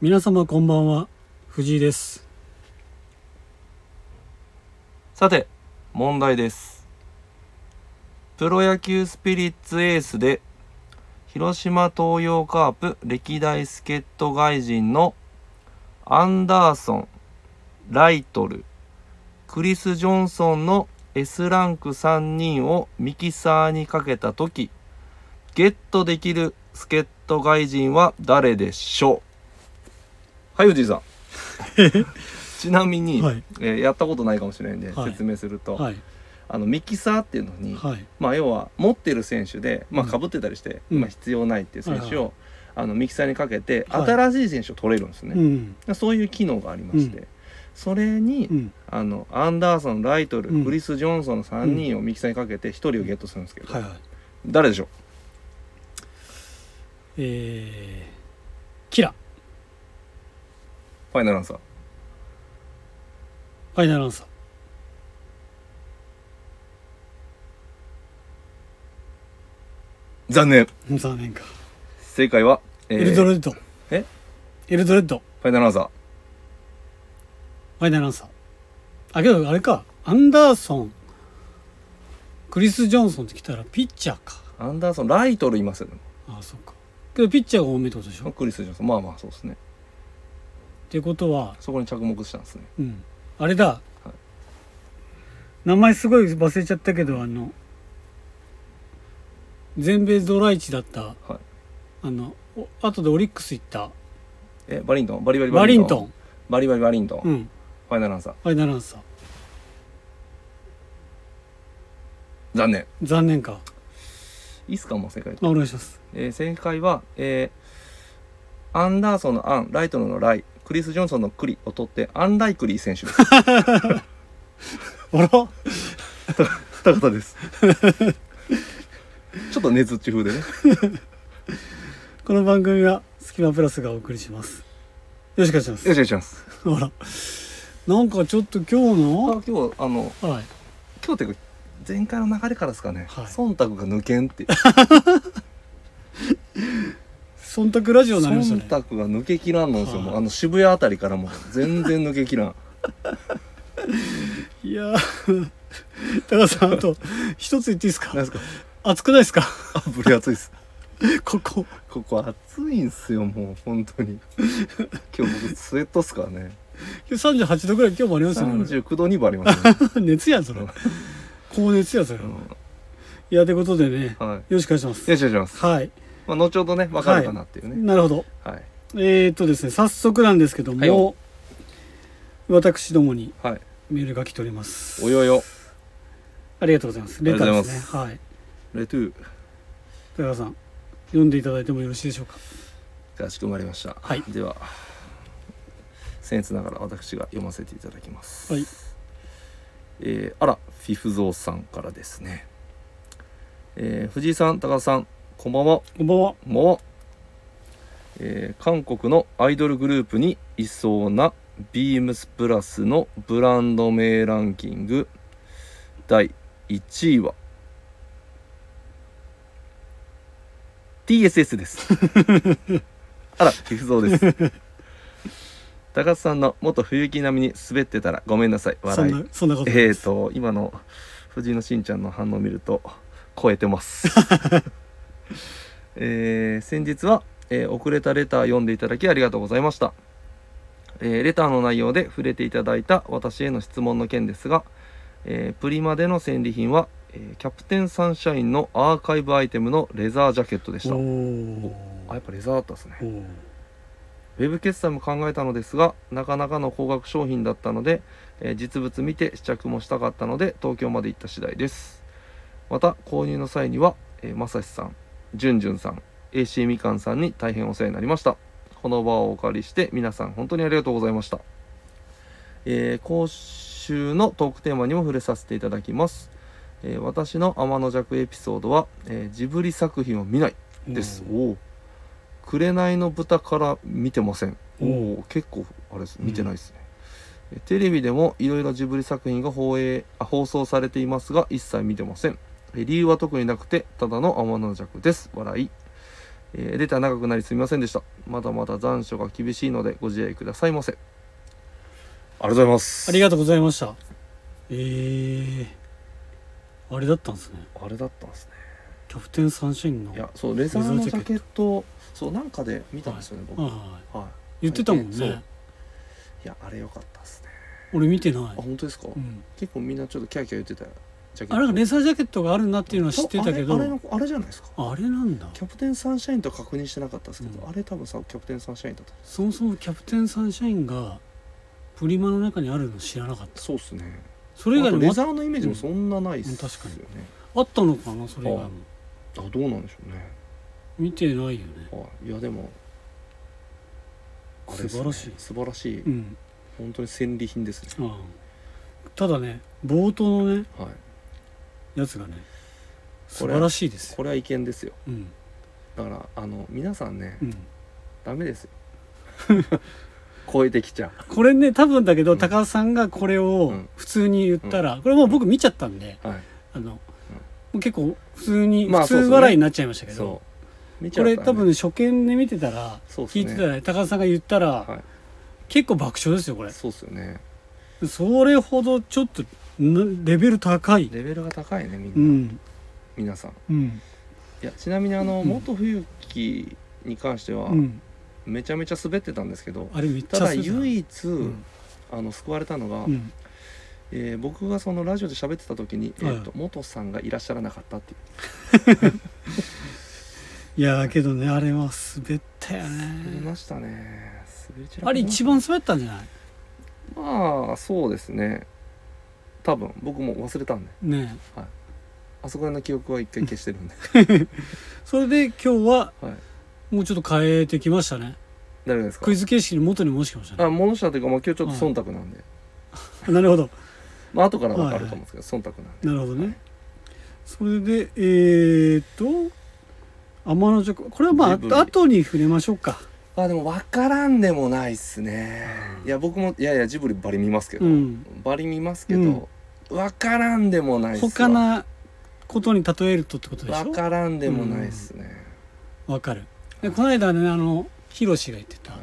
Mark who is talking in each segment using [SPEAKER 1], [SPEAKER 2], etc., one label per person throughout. [SPEAKER 1] 皆様こんばんは藤井です
[SPEAKER 2] さて問題ですプロ野球スピリッツエースで広島東洋カープ歴代助っ人外人のアンダーソンライトルクリス・ジョンソンの S ランク3人をミキサーにかけた時ゲットできる助っ人外人は誰でしょうはい藤井さん ちなみに、
[SPEAKER 1] はい
[SPEAKER 2] えーやったことないかもしれないんで、
[SPEAKER 1] はい
[SPEAKER 2] 説明すると、
[SPEAKER 1] はい
[SPEAKER 2] あのミキサーっていうのに、
[SPEAKER 1] はい
[SPEAKER 2] まあ、要は持ってる選手でまあ
[SPEAKER 1] うん
[SPEAKER 2] 被ってたりして、
[SPEAKER 1] うん
[SPEAKER 2] まあ、必要ないっていう選手
[SPEAKER 1] はいは
[SPEAKER 2] を、あのミキサーにかけて
[SPEAKER 1] はい
[SPEAKER 2] 新しい選手を取れるんですね、
[SPEAKER 1] うん
[SPEAKER 2] そういう機能がありまして、それに、
[SPEAKER 1] うん
[SPEAKER 2] あのアンダーソンライトル、
[SPEAKER 1] うん
[SPEAKER 2] クリス・ジョンソンの3人をミキサーにかけて1人をゲットするんですけど、
[SPEAKER 1] はいはい
[SPEAKER 2] 誰でしょう
[SPEAKER 1] えー、キラ
[SPEAKER 2] ファイナルアンサー
[SPEAKER 1] ファイナルアンサー
[SPEAKER 2] 残念
[SPEAKER 1] うん残念か、
[SPEAKER 2] 正解は、えー
[SPEAKER 1] エルドレッド
[SPEAKER 2] え
[SPEAKER 1] エルドレッドフ
[SPEAKER 2] ファイナルアンサー
[SPEAKER 1] ァイナルアンサーあけどあれかアンダーソンクリス・ジョンソンって来たらピッチャーか
[SPEAKER 2] アンダーソンライトルいますよね
[SPEAKER 1] ああそうかけどピッチャーが多めってことでしょっ
[SPEAKER 2] クリス・ジョンソンまあまあそうですね
[SPEAKER 1] てことは
[SPEAKER 2] そこに着目したんですね
[SPEAKER 1] うんあれだ、名前すごい忘れちゃったけどあの全米ドライチだった、
[SPEAKER 2] はい
[SPEAKER 1] あのお後でオリックス行った
[SPEAKER 2] えバリントンバリバリ
[SPEAKER 1] バリントン
[SPEAKER 2] バリバリバリントン、
[SPEAKER 1] うん
[SPEAKER 2] ファイナルアンサー
[SPEAKER 1] ファイナルアンサー
[SPEAKER 2] 残念
[SPEAKER 1] 残念か
[SPEAKER 2] いいっすかもう正解
[SPEAKER 1] あお願いします
[SPEAKER 2] えー正解は、えーアンダーソンのアン、ライトルのライ、クリス・ジョンソンのクリを取って、アンライクリー選手です。
[SPEAKER 1] あら
[SPEAKER 2] 高田です。 ちょっと熱っち風でね。
[SPEAKER 1] この番組はスキマプラスがお送りしますよろしくお願いしま
[SPEAKER 2] よ
[SPEAKER 1] す
[SPEAKER 2] ろしくお願いします。
[SPEAKER 1] ほらなんかちょっと今日
[SPEAKER 2] あ
[SPEAKER 1] の
[SPEAKER 2] 今日、あの、
[SPEAKER 1] はい
[SPEAKER 2] 今日っていうか、前回の流れからですかね、
[SPEAKER 1] はい
[SPEAKER 2] 忖度が抜けんっていう。
[SPEAKER 1] 忖度ラジオになりましたね
[SPEAKER 2] 忖度が抜けきらんのですよ。
[SPEAKER 1] はい
[SPEAKER 2] もうあの渋谷あたりからもう全然抜けきらん。
[SPEAKER 1] いやー 高田さんあと一つ言っていいですか
[SPEAKER 2] なんですか
[SPEAKER 1] 熱くないですか
[SPEAKER 2] あ、ぶり熱いです。
[SPEAKER 1] ここ
[SPEAKER 2] ここ暑いんすよ、もう、本当に。今日僕、スウェットっすからね。
[SPEAKER 1] 38度ぐらい今日もありますよね
[SPEAKER 2] 39度2分ありますね。
[SPEAKER 1] 俺熱やんそれ
[SPEAKER 2] うん
[SPEAKER 1] 高熱やんそれ、
[SPEAKER 2] う
[SPEAKER 1] い
[SPEAKER 2] ん
[SPEAKER 1] やということでね
[SPEAKER 2] はい。
[SPEAKER 1] よろしくお願いします
[SPEAKER 2] よろしくお願いします。
[SPEAKER 1] はい
[SPEAKER 2] まあ、後ほどね、わかるかなっていうね。
[SPEAKER 1] なるほど
[SPEAKER 2] はい。
[SPEAKER 1] えー、っとですね早速なんですけども、
[SPEAKER 2] はいよ
[SPEAKER 1] 私どもに
[SPEAKER 2] はい。
[SPEAKER 1] メールが来ております
[SPEAKER 2] およよ。
[SPEAKER 1] ありがとうございますレターですね
[SPEAKER 2] ありが
[SPEAKER 1] はい
[SPEAKER 2] レトゥー。
[SPEAKER 1] 高田さん読んでいただいてもよろしいでしょうか
[SPEAKER 2] かしこまりました。
[SPEAKER 1] はい
[SPEAKER 2] では。僭越ながら、私が読ませていただきます。
[SPEAKER 1] はい
[SPEAKER 2] えーあら、フィフゾーさんからですね。えー藤井さん、高田さん、こんばんは。
[SPEAKER 1] こんばんは
[SPEAKER 2] もう。えー韓国のアイドルグループにいそうなビームスプラスのブランド名ランキング第1位は TSS ですあら寄付そうです高須さんの元冬木並みに滑ってたらごめんなさい
[SPEAKER 1] そん
[SPEAKER 2] 笑い
[SPEAKER 1] なそんなことない
[SPEAKER 2] えーと今の藤井のしんちゃんの反応を見ると超えてますえー先日は、えー遅れたレター読んでいただきありがとうございました、えーレターの内容で触れていただいた私への質問の件ですが、えープリマでの戦利品は、えーキャプテンサンシャインのアーカイブアイテムのレザージャケットでした
[SPEAKER 1] お
[SPEAKER 2] あ
[SPEAKER 1] ー
[SPEAKER 2] やっぱレザーだったですね
[SPEAKER 1] おー
[SPEAKER 2] ウェブ決済も考えたのですが、なかなかの高額商品だったので、えー実物見て試着もしたかったので、東京まで行った次第です。また、購入の際には、えーまさしさん、じゅんじゅんさん、AC みかんさんに大変お世話になりました。この場をお借りして、皆さん本当にありがとうございました。えー今週のトークテーマにも触れさせていただきます。えー私の天の弱エピソードは、えージブリ作品を見ない。です。
[SPEAKER 1] おー
[SPEAKER 2] おお。紅の豚から見てません。
[SPEAKER 1] お
[SPEAKER 2] お
[SPEAKER 1] う
[SPEAKER 2] お、結構あれです。見てないですね。えテレビでもいろいろジブリ作品が放映あ放送されていますが一切見てませんえ理由は特になくてただの天の弱です笑いえーレター長くなりすみませんでした。まだまだ残暑が厳しいのでご自愛くださいませ。ありがとうございます。
[SPEAKER 1] ありがとうございましたえー、あれだったんですね
[SPEAKER 2] あれだったんですね。
[SPEAKER 1] キャプテンサンシャインの
[SPEAKER 2] いや、そう、レザーの
[SPEAKER 1] レ
[SPEAKER 2] ジ
[SPEAKER 1] ザー
[SPEAKER 2] ャ
[SPEAKER 1] ジ
[SPEAKER 2] ケ
[SPEAKER 1] ャ
[SPEAKER 2] ット、そう、なんかで見たんですよね、僕。はい。
[SPEAKER 1] はい言ってたもん
[SPEAKER 2] そう
[SPEAKER 1] ね
[SPEAKER 2] いや、あれ良かったですね。
[SPEAKER 1] 俺見てない
[SPEAKER 2] あ、本当ですか、
[SPEAKER 1] うん、
[SPEAKER 2] 結構みんなちょっとキャーキャー言ってたジャケット。
[SPEAKER 1] あれがレザージャケットがあるなっていうのは知ってたけど
[SPEAKER 2] あれあれのあれじゃないですか。
[SPEAKER 1] あれなんだ
[SPEAKER 2] キャプテンサンシャインとは確認してなかったですけど、
[SPEAKER 1] うん
[SPEAKER 2] あれ多分さキャプテンサンシャインだった
[SPEAKER 1] そもそもキャプテンサンシャインがプリマの中にあるの知らなかった
[SPEAKER 2] そうっすね
[SPEAKER 1] それ以
[SPEAKER 2] あ
[SPEAKER 1] 外
[SPEAKER 2] と
[SPEAKER 1] に
[SPEAKER 2] レ
[SPEAKER 1] も
[SPEAKER 2] ザーのイメージもそんなないっすよ
[SPEAKER 1] うん確かに
[SPEAKER 2] ね、
[SPEAKER 1] あったのかなそれ以外も
[SPEAKER 2] あどうなんでしょうね
[SPEAKER 1] 見てないよね
[SPEAKER 2] はいいやでもあれっ
[SPEAKER 1] 素
[SPEAKER 2] すね
[SPEAKER 1] 晴らしい
[SPEAKER 2] 素晴らしい、
[SPEAKER 1] うん
[SPEAKER 2] 本当に戦利品ですね
[SPEAKER 1] ああただね冒頭のね
[SPEAKER 2] はい
[SPEAKER 1] やつがね素
[SPEAKER 2] これ
[SPEAKER 1] 晴らしいですよ
[SPEAKER 2] これは意見ですよ
[SPEAKER 1] うん
[SPEAKER 2] だからあの皆さんね、
[SPEAKER 1] うん
[SPEAKER 2] ダ メですよ超えてきちゃ
[SPEAKER 1] これね多分だけど、
[SPEAKER 2] うん
[SPEAKER 1] 高田さんがこれを
[SPEAKER 2] うん
[SPEAKER 1] 普通に言ったら、これもう僕見ちゃったんで
[SPEAKER 2] うはい
[SPEAKER 1] あの、もう結構普通に、
[SPEAKER 2] まあ
[SPEAKER 1] 普
[SPEAKER 2] そうっ
[SPEAKER 1] 通
[SPEAKER 2] すね
[SPEAKER 1] 笑いになっちゃいましたけど、
[SPEAKER 2] そう見ち
[SPEAKER 1] こ
[SPEAKER 2] ゃったね
[SPEAKER 1] れ多分ね初見で見てたら、
[SPEAKER 2] そうっす
[SPEAKER 1] 聞
[SPEAKER 2] ね
[SPEAKER 1] いてたら高田さんが言ったら、
[SPEAKER 2] はい
[SPEAKER 1] 結構爆笑ですよこれ
[SPEAKER 2] そうっすよね
[SPEAKER 1] それほどちょっとなレベル高い
[SPEAKER 2] レベルが高いねみんな、
[SPEAKER 1] うん
[SPEAKER 2] 皆さん
[SPEAKER 1] うん
[SPEAKER 2] いやちなみにあの
[SPEAKER 1] うん
[SPEAKER 2] 元冬樹に関しては
[SPEAKER 1] うん
[SPEAKER 2] めちゃめちゃ滑ってたんですけど、
[SPEAKER 1] あれめっちゃ
[SPEAKER 2] ただ
[SPEAKER 1] すごいな
[SPEAKER 2] 唯一、
[SPEAKER 1] ん
[SPEAKER 2] あの救われたのが、
[SPEAKER 1] うん
[SPEAKER 2] えー僕がそのラジオで喋ってた時に、
[SPEAKER 1] はい
[SPEAKER 2] えー、と元さんがいらっしゃらなかったっていう
[SPEAKER 1] いやーけどねあれは滑ったよ
[SPEAKER 2] 滑り
[SPEAKER 1] ね
[SPEAKER 2] ましたね滑り散らかりました
[SPEAKER 1] あれ一番滑ったんじゃない
[SPEAKER 2] まあそうですね多分僕も忘れたんで
[SPEAKER 1] ね
[SPEAKER 2] あそこら辺の記憶は一回消してる んで、
[SPEAKER 1] えそれで今日は
[SPEAKER 2] はい
[SPEAKER 1] もうちょっと変えてきましたね
[SPEAKER 2] 誰がですか
[SPEAKER 1] クイズ形式に元に戻してきましたね
[SPEAKER 2] あ戻したというか、まあ、今日ちょっと忖度なんで、
[SPEAKER 1] なるほど
[SPEAKER 2] まあ後から分かると思うんですけど、忖度なんで
[SPEAKER 1] なるほどねそれでえー、っと天の塾これはま
[SPEAKER 2] ジブリ
[SPEAKER 1] あ後に触れましょうか
[SPEAKER 2] まあでも分からんでもないっすね、
[SPEAKER 1] うん
[SPEAKER 2] いや僕もいやいやジブリバリ見ますけど、
[SPEAKER 1] うん
[SPEAKER 2] バリ見ますけど、分からんでもないっすわ
[SPEAKER 1] 他なことに例えるとってことでしょ
[SPEAKER 2] 分からんでもないっすね、
[SPEAKER 1] わかるでこの間ねあのヒロシが言ってた
[SPEAKER 2] はい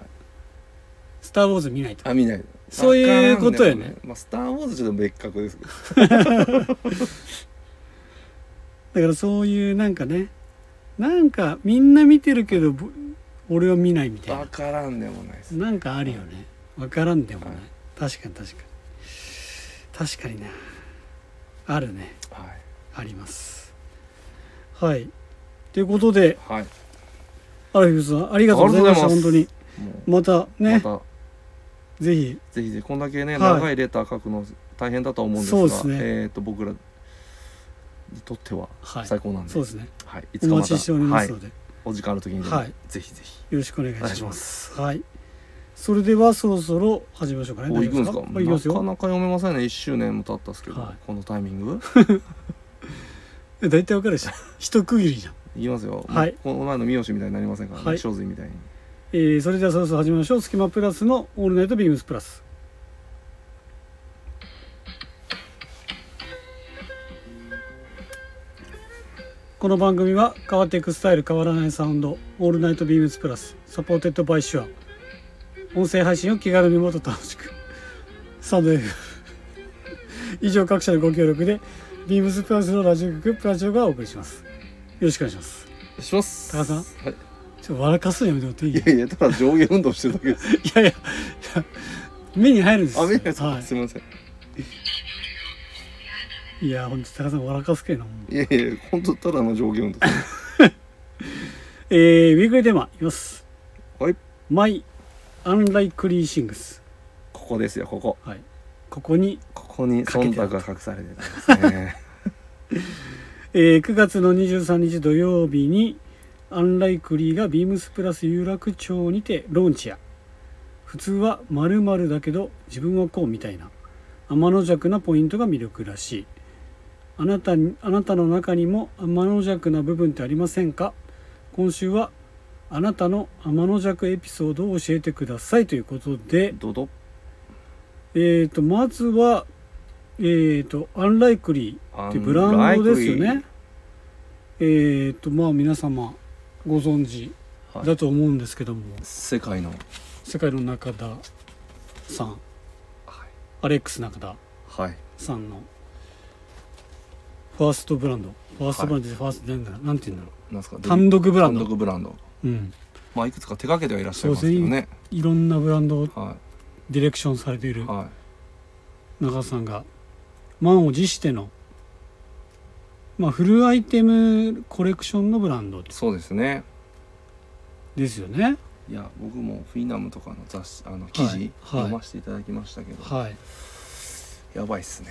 [SPEAKER 1] 「スター・ウォーズ見ないと
[SPEAKER 2] あ見ない
[SPEAKER 1] そういうことよね
[SPEAKER 2] わからんでもないまあ「スター・ウォーズ」ちょっと別格ですけど」
[SPEAKER 1] だからそういうなんかねなんかみんな見てるけどぼ俺は見ないみたい
[SPEAKER 2] 分からんでもないっす
[SPEAKER 1] ななんかあるよねわからんでもない
[SPEAKER 2] はい
[SPEAKER 1] 確かに確かに確かになあるね
[SPEAKER 2] はい
[SPEAKER 1] ありますはいということで
[SPEAKER 2] はい
[SPEAKER 1] アラフィフさんありがとうございました
[SPEAKER 2] あり
[SPEAKER 1] 本
[SPEAKER 2] が
[SPEAKER 1] 当
[SPEAKER 2] とうござい
[SPEAKER 1] に
[SPEAKER 2] もう
[SPEAKER 1] またね、
[SPEAKER 2] ま
[SPEAKER 1] ぜひ
[SPEAKER 2] たぜひぜひこんだけね、
[SPEAKER 1] はい
[SPEAKER 2] 長いレター書くの大変だとは思うんです
[SPEAKER 1] そう
[SPEAKER 2] が
[SPEAKER 1] ですね
[SPEAKER 2] えっ、と僕らにとっては
[SPEAKER 1] はい
[SPEAKER 2] 最高なんで、
[SPEAKER 1] そう
[SPEAKER 2] はい
[SPEAKER 1] ですね
[SPEAKER 2] い、
[SPEAKER 1] お
[SPEAKER 2] いつかま
[SPEAKER 1] 待
[SPEAKER 2] た
[SPEAKER 1] ちしております
[SPEAKER 2] は
[SPEAKER 1] の
[SPEAKER 2] い、
[SPEAKER 1] で、
[SPEAKER 2] お時間ある時にでも、
[SPEAKER 1] はい
[SPEAKER 2] ぜひぜひ
[SPEAKER 1] よろしくお願いします
[SPEAKER 2] お願いしま
[SPEAKER 1] はいそれではそろそろ始めましょうかね
[SPEAKER 2] お
[SPEAKER 1] 大丈
[SPEAKER 2] 行く
[SPEAKER 1] 夫
[SPEAKER 2] んですか
[SPEAKER 1] はい行きます
[SPEAKER 2] なか
[SPEAKER 1] よ
[SPEAKER 2] なか読めませんね1周年も経ったっすけど、
[SPEAKER 1] はい
[SPEAKER 2] このタイミング
[SPEAKER 1] え大体わかるでしょ一区切りじゃん、
[SPEAKER 2] いきますよ、
[SPEAKER 1] はい
[SPEAKER 2] この前の三好みたいになりませんからね、
[SPEAKER 1] はい
[SPEAKER 2] 正髄みたいに
[SPEAKER 1] えー、それではそろそろ始めましょうスキマプラスのオールナイトビームスプラスこの番組は変わっていくスタイル変わらないサウンドオールナイトビームスプラスサポーテッドバイシュア音声配信を気軽にもっと楽しくサンド F 以上各社のご協力でビームスプラスのラジオ局プラジオがお送りしますよろしくお願いします
[SPEAKER 2] します
[SPEAKER 1] 高田さん
[SPEAKER 2] はい
[SPEAKER 1] ちょっと笑かすのやめてもらっていい
[SPEAKER 2] いやいやただ上下運動してるだけです
[SPEAKER 1] いやいやいや目に入るんですよ
[SPEAKER 2] あ見えないですか、
[SPEAKER 1] は
[SPEAKER 2] すみません
[SPEAKER 1] い、いや本当高さん笑かすけえなもう
[SPEAKER 2] いやいや本当ただの上下運動
[SPEAKER 1] えー、ウィークリーテーマいきます
[SPEAKER 2] はい
[SPEAKER 1] マイアンライクリーシングス
[SPEAKER 2] ここですよここ
[SPEAKER 1] はいここに、
[SPEAKER 2] ここに忖度が隠されてたんですね
[SPEAKER 1] えー9月の23日土曜日にアンライクリーがビームスプラス有楽町にてローンチや普通は〇〇だけど自分はこうみたいな天の弱なポイントが魅力らしいあなたにあなたの中にも天の弱な部分ってありませんか今週はあなたの天の弱エピソードを教えてくださいということで、
[SPEAKER 2] ドド
[SPEAKER 1] えー、とまずは、えー、とアンライクリー
[SPEAKER 2] っ
[SPEAKER 1] ってブランドですよね。えっ、とまあ皆様ご存知
[SPEAKER 2] はい
[SPEAKER 1] だと思うんですけども、
[SPEAKER 2] 世界の
[SPEAKER 1] 世界の中田さん
[SPEAKER 2] はい
[SPEAKER 1] アレックス中田
[SPEAKER 2] はい
[SPEAKER 1] さんのファーストブランドファーストブランドでファーストなんだなんて言うんだろ
[SPEAKER 2] なんですか
[SPEAKER 1] う単独ブランド
[SPEAKER 2] 単独ブランド
[SPEAKER 1] うん
[SPEAKER 2] まあいくつか手掛けてはいらっしゃいますけどね
[SPEAKER 1] いろんなブランドを
[SPEAKER 2] は
[SPEAKER 1] ディレクションされてい
[SPEAKER 2] い
[SPEAKER 1] る
[SPEAKER 2] は
[SPEAKER 1] 中田さんが満を持してのまあフルアイテムコレクションのブランド
[SPEAKER 2] いそうですね
[SPEAKER 1] ですよね
[SPEAKER 2] いや僕もフィナムとかの雑誌あの記事、
[SPEAKER 1] はい
[SPEAKER 2] 読ませていただきましたけど、
[SPEAKER 1] は
[SPEAKER 2] やばいっすね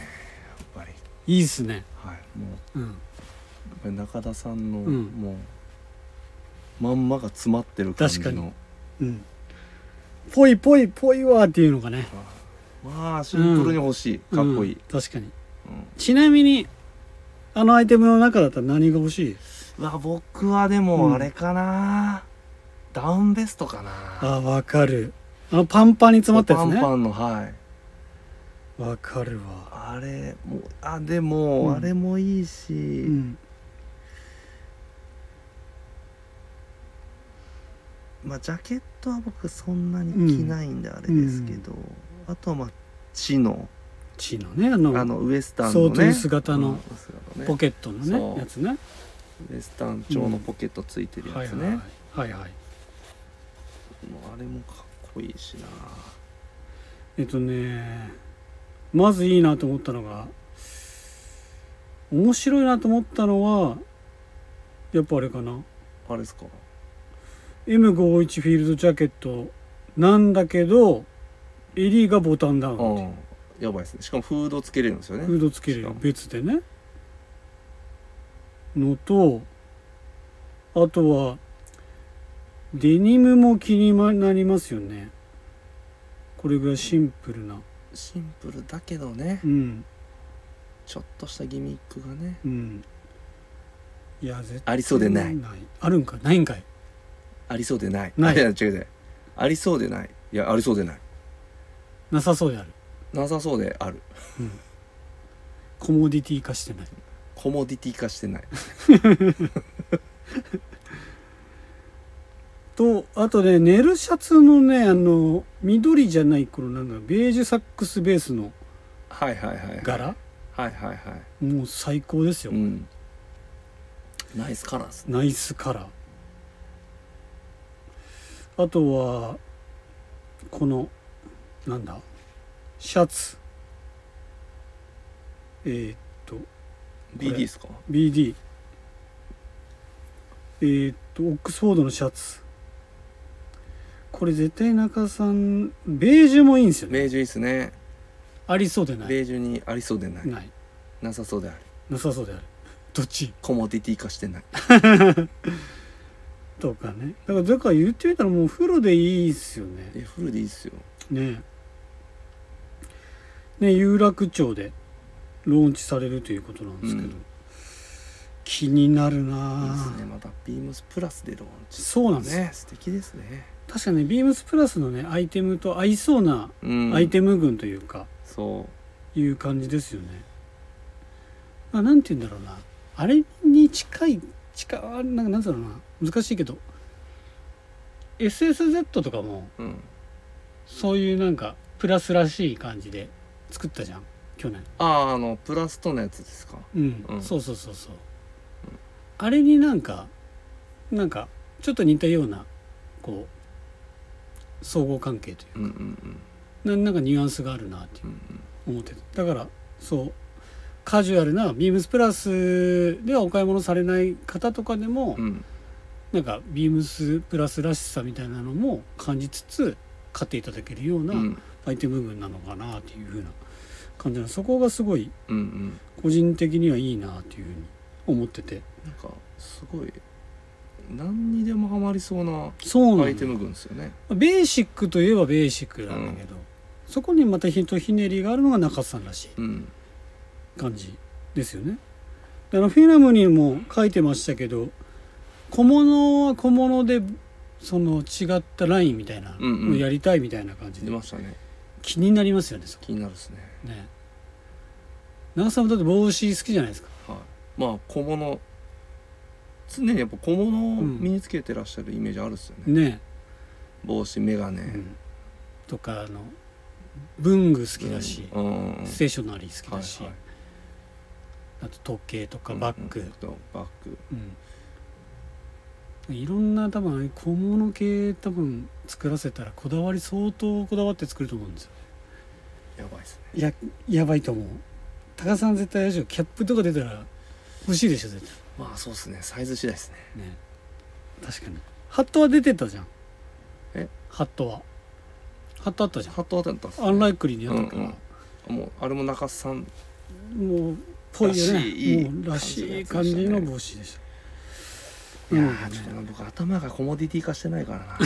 [SPEAKER 2] やっぱり
[SPEAKER 1] いいいっすね
[SPEAKER 2] はいもう
[SPEAKER 1] うん
[SPEAKER 2] やっぱり中田さんの、
[SPEAKER 1] うん
[SPEAKER 2] もうまんまが詰まってる感じ
[SPEAKER 1] 確か
[SPEAKER 2] の
[SPEAKER 1] うんぽいぽいぽいわーっていうのがね
[SPEAKER 2] まあシンプルに欲しい、かっこいい、
[SPEAKER 1] うん確かに
[SPEAKER 2] うん
[SPEAKER 1] ちなみにあのアイテムの中だったら何が欲しいう
[SPEAKER 2] わ僕はで
[SPEAKER 1] うん
[SPEAKER 2] もあれかな、ダウンベストかな
[SPEAKER 1] あわかるあのパンパンに詰まったやつ
[SPEAKER 2] パン
[SPEAKER 1] ね
[SPEAKER 2] パンのはい
[SPEAKER 1] わかるわ
[SPEAKER 2] あれもあでも、
[SPEAKER 1] うん
[SPEAKER 2] あれもいいし、
[SPEAKER 1] うん
[SPEAKER 2] まあジャケットは僕そんなに着ないんであれですけど、あとはまあチの
[SPEAKER 1] チのねあの
[SPEAKER 2] あのウエスタンのね
[SPEAKER 1] そうトゥース型の
[SPEAKER 2] うんウエスタンのね
[SPEAKER 1] ポケットの
[SPEAKER 2] そ
[SPEAKER 1] ね
[SPEAKER 2] う
[SPEAKER 1] やつね
[SPEAKER 2] ウエスタン調のポケットついてる
[SPEAKER 1] はい
[SPEAKER 2] やつ
[SPEAKER 1] はい
[SPEAKER 2] ね、
[SPEAKER 1] はいはい
[SPEAKER 2] もうあれもかっこいいしな
[SPEAKER 1] えっとねまずいいなと思ったのが面白いなと思ったのはやっぱあれかな
[SPEAKER 2] あれですか
[SPEAKER 1] M51 フィールドジャケットなんだけど襟がボタンダウンっていう
[SPEAKER 2] うんやばいですねしかもフードつけれるんですよね
[SPEAKER 1] フードつける
[SPEAKER 2] しか
[SPEAKER 1] よ
[SPEAKER 2] も
[SPEAKER 1] 別でねのとあとはデニムも気になりますよねこれぐらいシンプルな
[SPEAKER 2] シンプルだけどね
[SPEAKER 1] うん
[SPEAKER 2] ちょっとしたギミックがね
[SPEAKER 1] うんいや絶対
[SPEAKER 2] ありそうでない
[SPEAKER 1] あるんかいないんかい
[SPEAKER 2] ありそうでない
[SPEAKER 1] ない
[SPEAKER 2] あや違う違うありそうでないいやありそうでない
[SPEAKER 1] なさそうである、
[SPEAKER 2] なさそうである
[SPEAKER 1] うん、コモディティ化してない
[SPEAKER 2] コモディティ化してない
[SPEAKER 1] とあとね寝るシャツのねあの緑じゃないこのなんだベージュサックスベースの
[SPEAKER 2] はいはいはい
[SPEAKER 1] 柄
[SPEAKER 2] はいはいはい
[SPEAKER 1] もう最高ですよ、
[SPEAKER 2] うんナイスカラーですね
[SPEAKER 1] ナイスカラーあとはこのなんだシャツえー、っと
[SPEAKER 2] BD ですか
[SPEAKER 1] BD えー、っとオックスフォードのシャツこれ絶対中さんベージュもいいんですよ
[SPEAKER 2] ベ
[SPEAKER 1] ね
[SPEAKER 2] ージュいいっすね
[SPEAKER 1] ありそうでない
[SPEAKER 2] ベージュにありそうでない
[SPEAKER 1] ない
[SPEAKER 2] なさそうである
[SPEAKER 1] なさそうであるどっち
[SPEAKER 2] コモディティ化してない
[SPEAKER 1] とかねだからだから言ってみたらもうフルでいいっすよね
[SPEAKER 2] えフルでいいっすよ
[SPEAKER 1] ねえね有楽町でローンチされるということなんですけど、
[SPEAKER 2] うん
[SPEAKER 1] 気になる
[SPEAKER 2] いい
[SPEAKER 1] な
[SPEAKER 2] で
[SPEAKER 1] あ
[SPEAKER 2] すねまたビームスプラスでローンチ
[SPEAKER 1] そうなんですよ
[SPEAKER 2] ね素敵ですね
[SPEAKER 1] 確かにねビームスプラスのねアイテムと合いそうな
[SPEAKER 2] うん
[SPEAKER 1] アイテム群というか、
[SPEAKER 2] そう
[SPEAKER 1] いう感じですよねまあなんて言うんだろうなあれに近い近いあなんかなんだろうな難しいけど SSZ とかも
[SPEAKER 2] うん
[SPEAKER 1] そういうなんかプラスらしい感じで作ったじゃん去年
[SPEAKER 2] あああのプラスとのやつですか
[SPEAKER 1] うん、
[SPEAKER 2] うん
[SPEAKER 1] そうそうそうそう、あれになんかなんかちょっと似たようなこう総合関係とい
[SPEAKER 2] うんうんうん
[SPEAKER 1] うななんかニュアンスがあるなっていう
[SPEAKER 2] うんうん
[SPEAKER 1] 思ってただからそうカジュアルなビームスプラスではお買い物されない方とかでも、
[SPEAKER 2] うん
[SPEAKER 1] なんかビームスプラスらしさみたいなのも感じつつ買っていただけるよう
[SPEAKER 2] う
[SPEAKER 1] なんアイテム群なのかなっていうふうな感じのそこがすごい
[SPEAKER 2] うんうん
[SPEAKER 1] 個人的にはいいなっていうふうに思ってて
[SPEAKER 2] なんかすごい何にでもハマりそうな
[SPEAKER 1] そうなんだ
[SPEAKER 2] アイ
[SPEAKER 1] よ
[SPEAKER 2] テム群ですよね
[SPEAKER 1] ベーシックといえばベーシックなんだけど、そこにまたひとひねりがあるのが中津さんらしい
[SPEAKER 2] うん
[SPEAKER 1] 感じですよね。であのフィルムにも書いてましたけど小物は小物でその違ったラインみたいな
[SPEAKER 2] うんうん
[SPEAKER 1] のをやりたいみたいな感じ
[SPEAKER 2] 出
[SPEAKER 1] で
[SPEAKER 2] ましたね
[SPEAKER 1] 気になりますよねそこ
[SPEAKER 2] 気になるですね
[SPEAKER 1] ね。中津さんもだって帽子好きじゃないですか。
[SPEAKER 2] はいまあ小物常にやっぱ小物を身につけてらっしゃるイメージあるっすよね、
[SPEAKER 1] ね
[SPEAKER 2] 帽子眼鏡、
[SPEAKER 1] え、うんとかあの文具好きだし、
[SPEAKER 2] うんうんうん
[SPEAKER 1] ステーショナリー好きだし、
[SPEAKER 2] はいはい
[SPEAKER 1] あと時計とかバッグ、
[SPEAKER 2] うんうんとバッグ
[SPEAKER 1] うんいろんな多分ああいう小物系多分作らせたらこだわり相当こだわって作ると思うんですよ
[SPEAKER 2] やばいっす
[SPEAKER 1] い
[SPEAKER 2] ね
[SPEAKER 1] ややばいと思う高田さん絶対あれでしょキャップとか出たら欲しいでしょ絶
[SPEAKER 2] まあそうっすねサイズ次第ですね
[SPEAKER 1] 対ね確かにハットは出てたじゃん
[SPEAKER 2] え
[SPEAKER 1] ハットはハットあったじゃ
[SPEAKER 2] ハット当たったんです
[SPEAKER 1] んアンライクリーにあったから、
[SPEAKER 2] もうあれも中須さん
[SPEAKER 1] もうぽいよ
[SPEAKER 2] らしい
[SPEAKER 1] ねもうらしい感じの帽子でし
[SPEAKER 2] い
[SPEAKER 1] た
[SPEAKER 2] や
[SPEAKER 1] な
[SPEAKER 2] ー
[SPEAKER 1] ので
[SPEAKER 2] ちょっ
[SPEAKER 1] ね
[SPEAKER 2] とな僕頭がコモディティ化してないから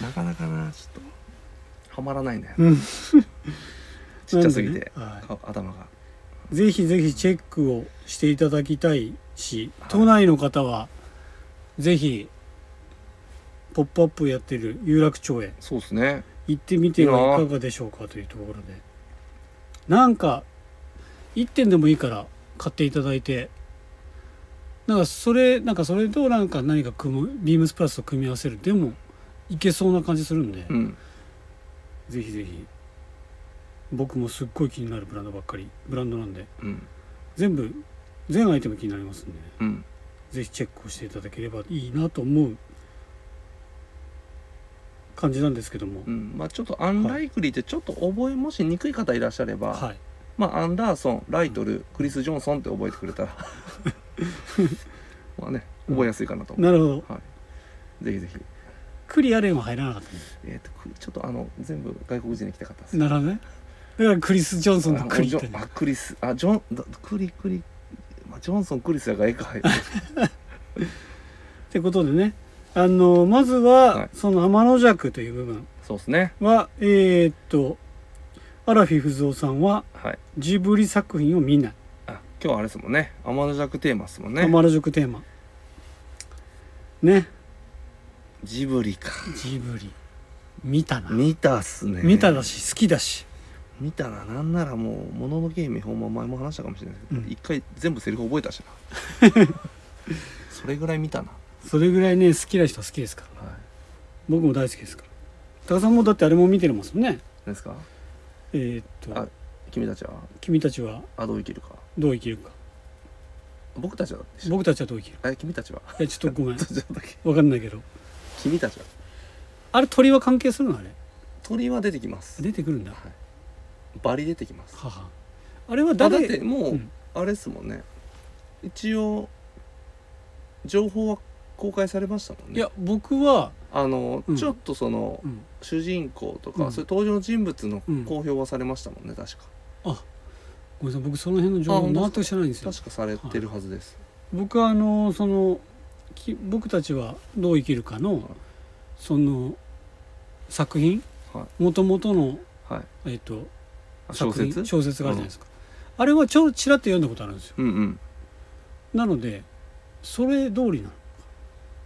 [SPEAKER 2] ななかなかなちょっとはまらないんだよな
[SPEAKER 1] うん
[SPEAKER 2] ちっちゃすぎ
[SPEAKER 1] なん
[SPEAKER 2] て
[SPEAKER 1] で、ねはい
[SPEAKER 2] か頭が
[SPEAKER 1] ぜひぜひチェックをしていただきたいし、
[SPEAKER 2] はい
[SPEAKER 1] 都内の方はぜひ「ポップアップやってる有楽町へ
[SPEAKER 2] そうですね
[SPEAKER 1] 行ってみてはい
[SPEAKER 2] い
[SPEAKER 1] か
[SPEAKER 2] い
[SPEAKER 1] がでしょうかというところでなんか1点でもいいから買っていただいてなんかそれなんかそれとなんか何か組むビームスプラスと組み合わせるでもいけそうな感じするんで、
[SPEAKER 2] うん
[SPEAKER 1] ぜひぜひ僕もすっごい気になるブランドばっかりブランドなんで
[SPEAKER 2] うん
[SPEAKER 1] 全部全アイテム気になりますんでね
[SPEAKER 2] うん
[SPEAKER 1] ぜひチェックをしていただければいいなと思う感じなんですけども、
[SPEAKER 2] うんまあちょっとアンライクリーってちょっと覚えもしにくい方いらっしゃれば、
[SPEAKER 1] はい
[SPEAKER 2] まあアンダーソンライトル、クリス・ジョンソンって覚えてくれたらまあね覚えやすいかなと思
[SPEAKER 1] な
[SPEAKER 2] う、
[SPEAKER 1] るほど
[SPEAKER 2] ぜひぜひ
[SPEAKER 1] クリアレンは入らなかったんです
[SPEAKER 2] えー、とくちょっとあの全部外国人に来たかったです
[SPEAKER 1] なるほどねだからクリス・ジョンソン
[SPEAKER 2] あ
[SPEAKER 1] の
[SPEAKER 2] の
[SPEAKER 1] クリ
[SPEAKER 2] ジ
[SPEAKER 1] って
[SPEAKER 2] ョン
[SPEAKER 1] ね
[SPEAKER 2] あクリスあジョンだクリクリ、まあ、ジョンソンクリスやがええか
[SPEAKER 1] ってことでねあのまずは、
[SPEAKER 2] はい
[SPEAKER 1] その天の弱という部分
[SPEAKER 2] そうですね
[SPEAKER 1] はえーっとアラフィフズオさんは
[SPEAKER 2] はい
[SPEAKER 1] ジブリ作品を見ない、
[SPEAKER 2] あ今日はあれですもんね天の弱テーマですもんね
[SPEAKER 1] 天の弱テーマね
[SPEAKER 2] ジブリか
[SPEAKER 1] ジブリ見たな、
[SPEAKER 2] 見たっすね
[SPEAKER 1] 見ただし好きだし
[SPEAKER 2] 見たななんならもう「もののけ姫」ほんま前も話したかもしれないですけど
[SPEAKER 1] うん
[SPEAKER 2] 一、回全部セリフ覚えたしな それぐらい見たな、
[SPEAKER 1] それぐらいね好きな人は好きですから
[SPEAKER 2] はい、
[SPEAKER 1] 僕も大好きですから高田さんもだってあれも見てますもんね
[SPEAKER 2] 何ですか
[SPEAKER 1] えーっ
[SPEAKER 2] あ
[SPEAKER 1] と
[SPEAKER 2] 君たちは
[SPEAKER 1] 「君たちは
[SPEAKER 2] あどう生きるか
[SPEAKER 1] どう生きるか
[SPEAKER 2] 僕たちはでしょ
[SPEAKER 1] 僕たちはどう生きるか
[SPEAKER 2] え君たちは」
[SPEAKER 1] いやちょっとごめん
[SPEAKER 2] ちょっとだけ
[SPEAKER 1] わかんないけど
[SPEAKER 2] 君たちは
[SPEAKER 1] あれ鳥は関係するのあれ
[SPEAKER 2] 鳥は出てきます
[SPEAKER 1] 出てくるんだ
[SPEAKER 2] はいバリ出てきます
[SPEAKER 1] ははあれは
[SPEAKER 2] だだっ
[SPEAKER 1] 誰
[SPEAKER 2] てもう、
[SPEAKER 1] うん
[SPEAKER 2] あれですもんね一応情報は公開されましたもんね
[SPEAKER 1] いや僕は、
[SPEAKER 2] あの、
[SPEAKER 1] うん
[SPEAKER 2] ちょっとその、
[SPEAKER 1] うん
[SPEAKER 2] 主人公とか、
[SPEAKER 1] うん
[SPEAKER 2] そういう登場人物の
[SPEAKER 1] うん
[SPEAKER 2] 公表はされましたもんね確か
[SPEAKER 1] ごめんなさい僕その辺の情
[SPEAKER 2] あ
[SPEAKER 1] 報
[SPEAKER 2] 本当
[SPEAKER 1] 全く知らないんですよ
[SPEAKER 2] 確かされてるはずです、
[SPEAKER 1] 僕はあのそのき僕たちはどう生きるか
[SPEAKER 2] い
[SPEAKER 1] のその作品
[SPEAKER 2] はい
[SPEAKER 1] もともとの
[SPEAKER 2] はい
[SPEAKER 1] えっと
[SPEAKER 2] あ小
[SPEAKER 1] 作品
[SPEAKER 2] 説
[SPEAKER 1] 小説があるじゃないですか、あれはちょちらっと読んだことあるんですよ
[SPEAKER 2] うんうん
[SPEAKER 1] なのでそれ通りなのか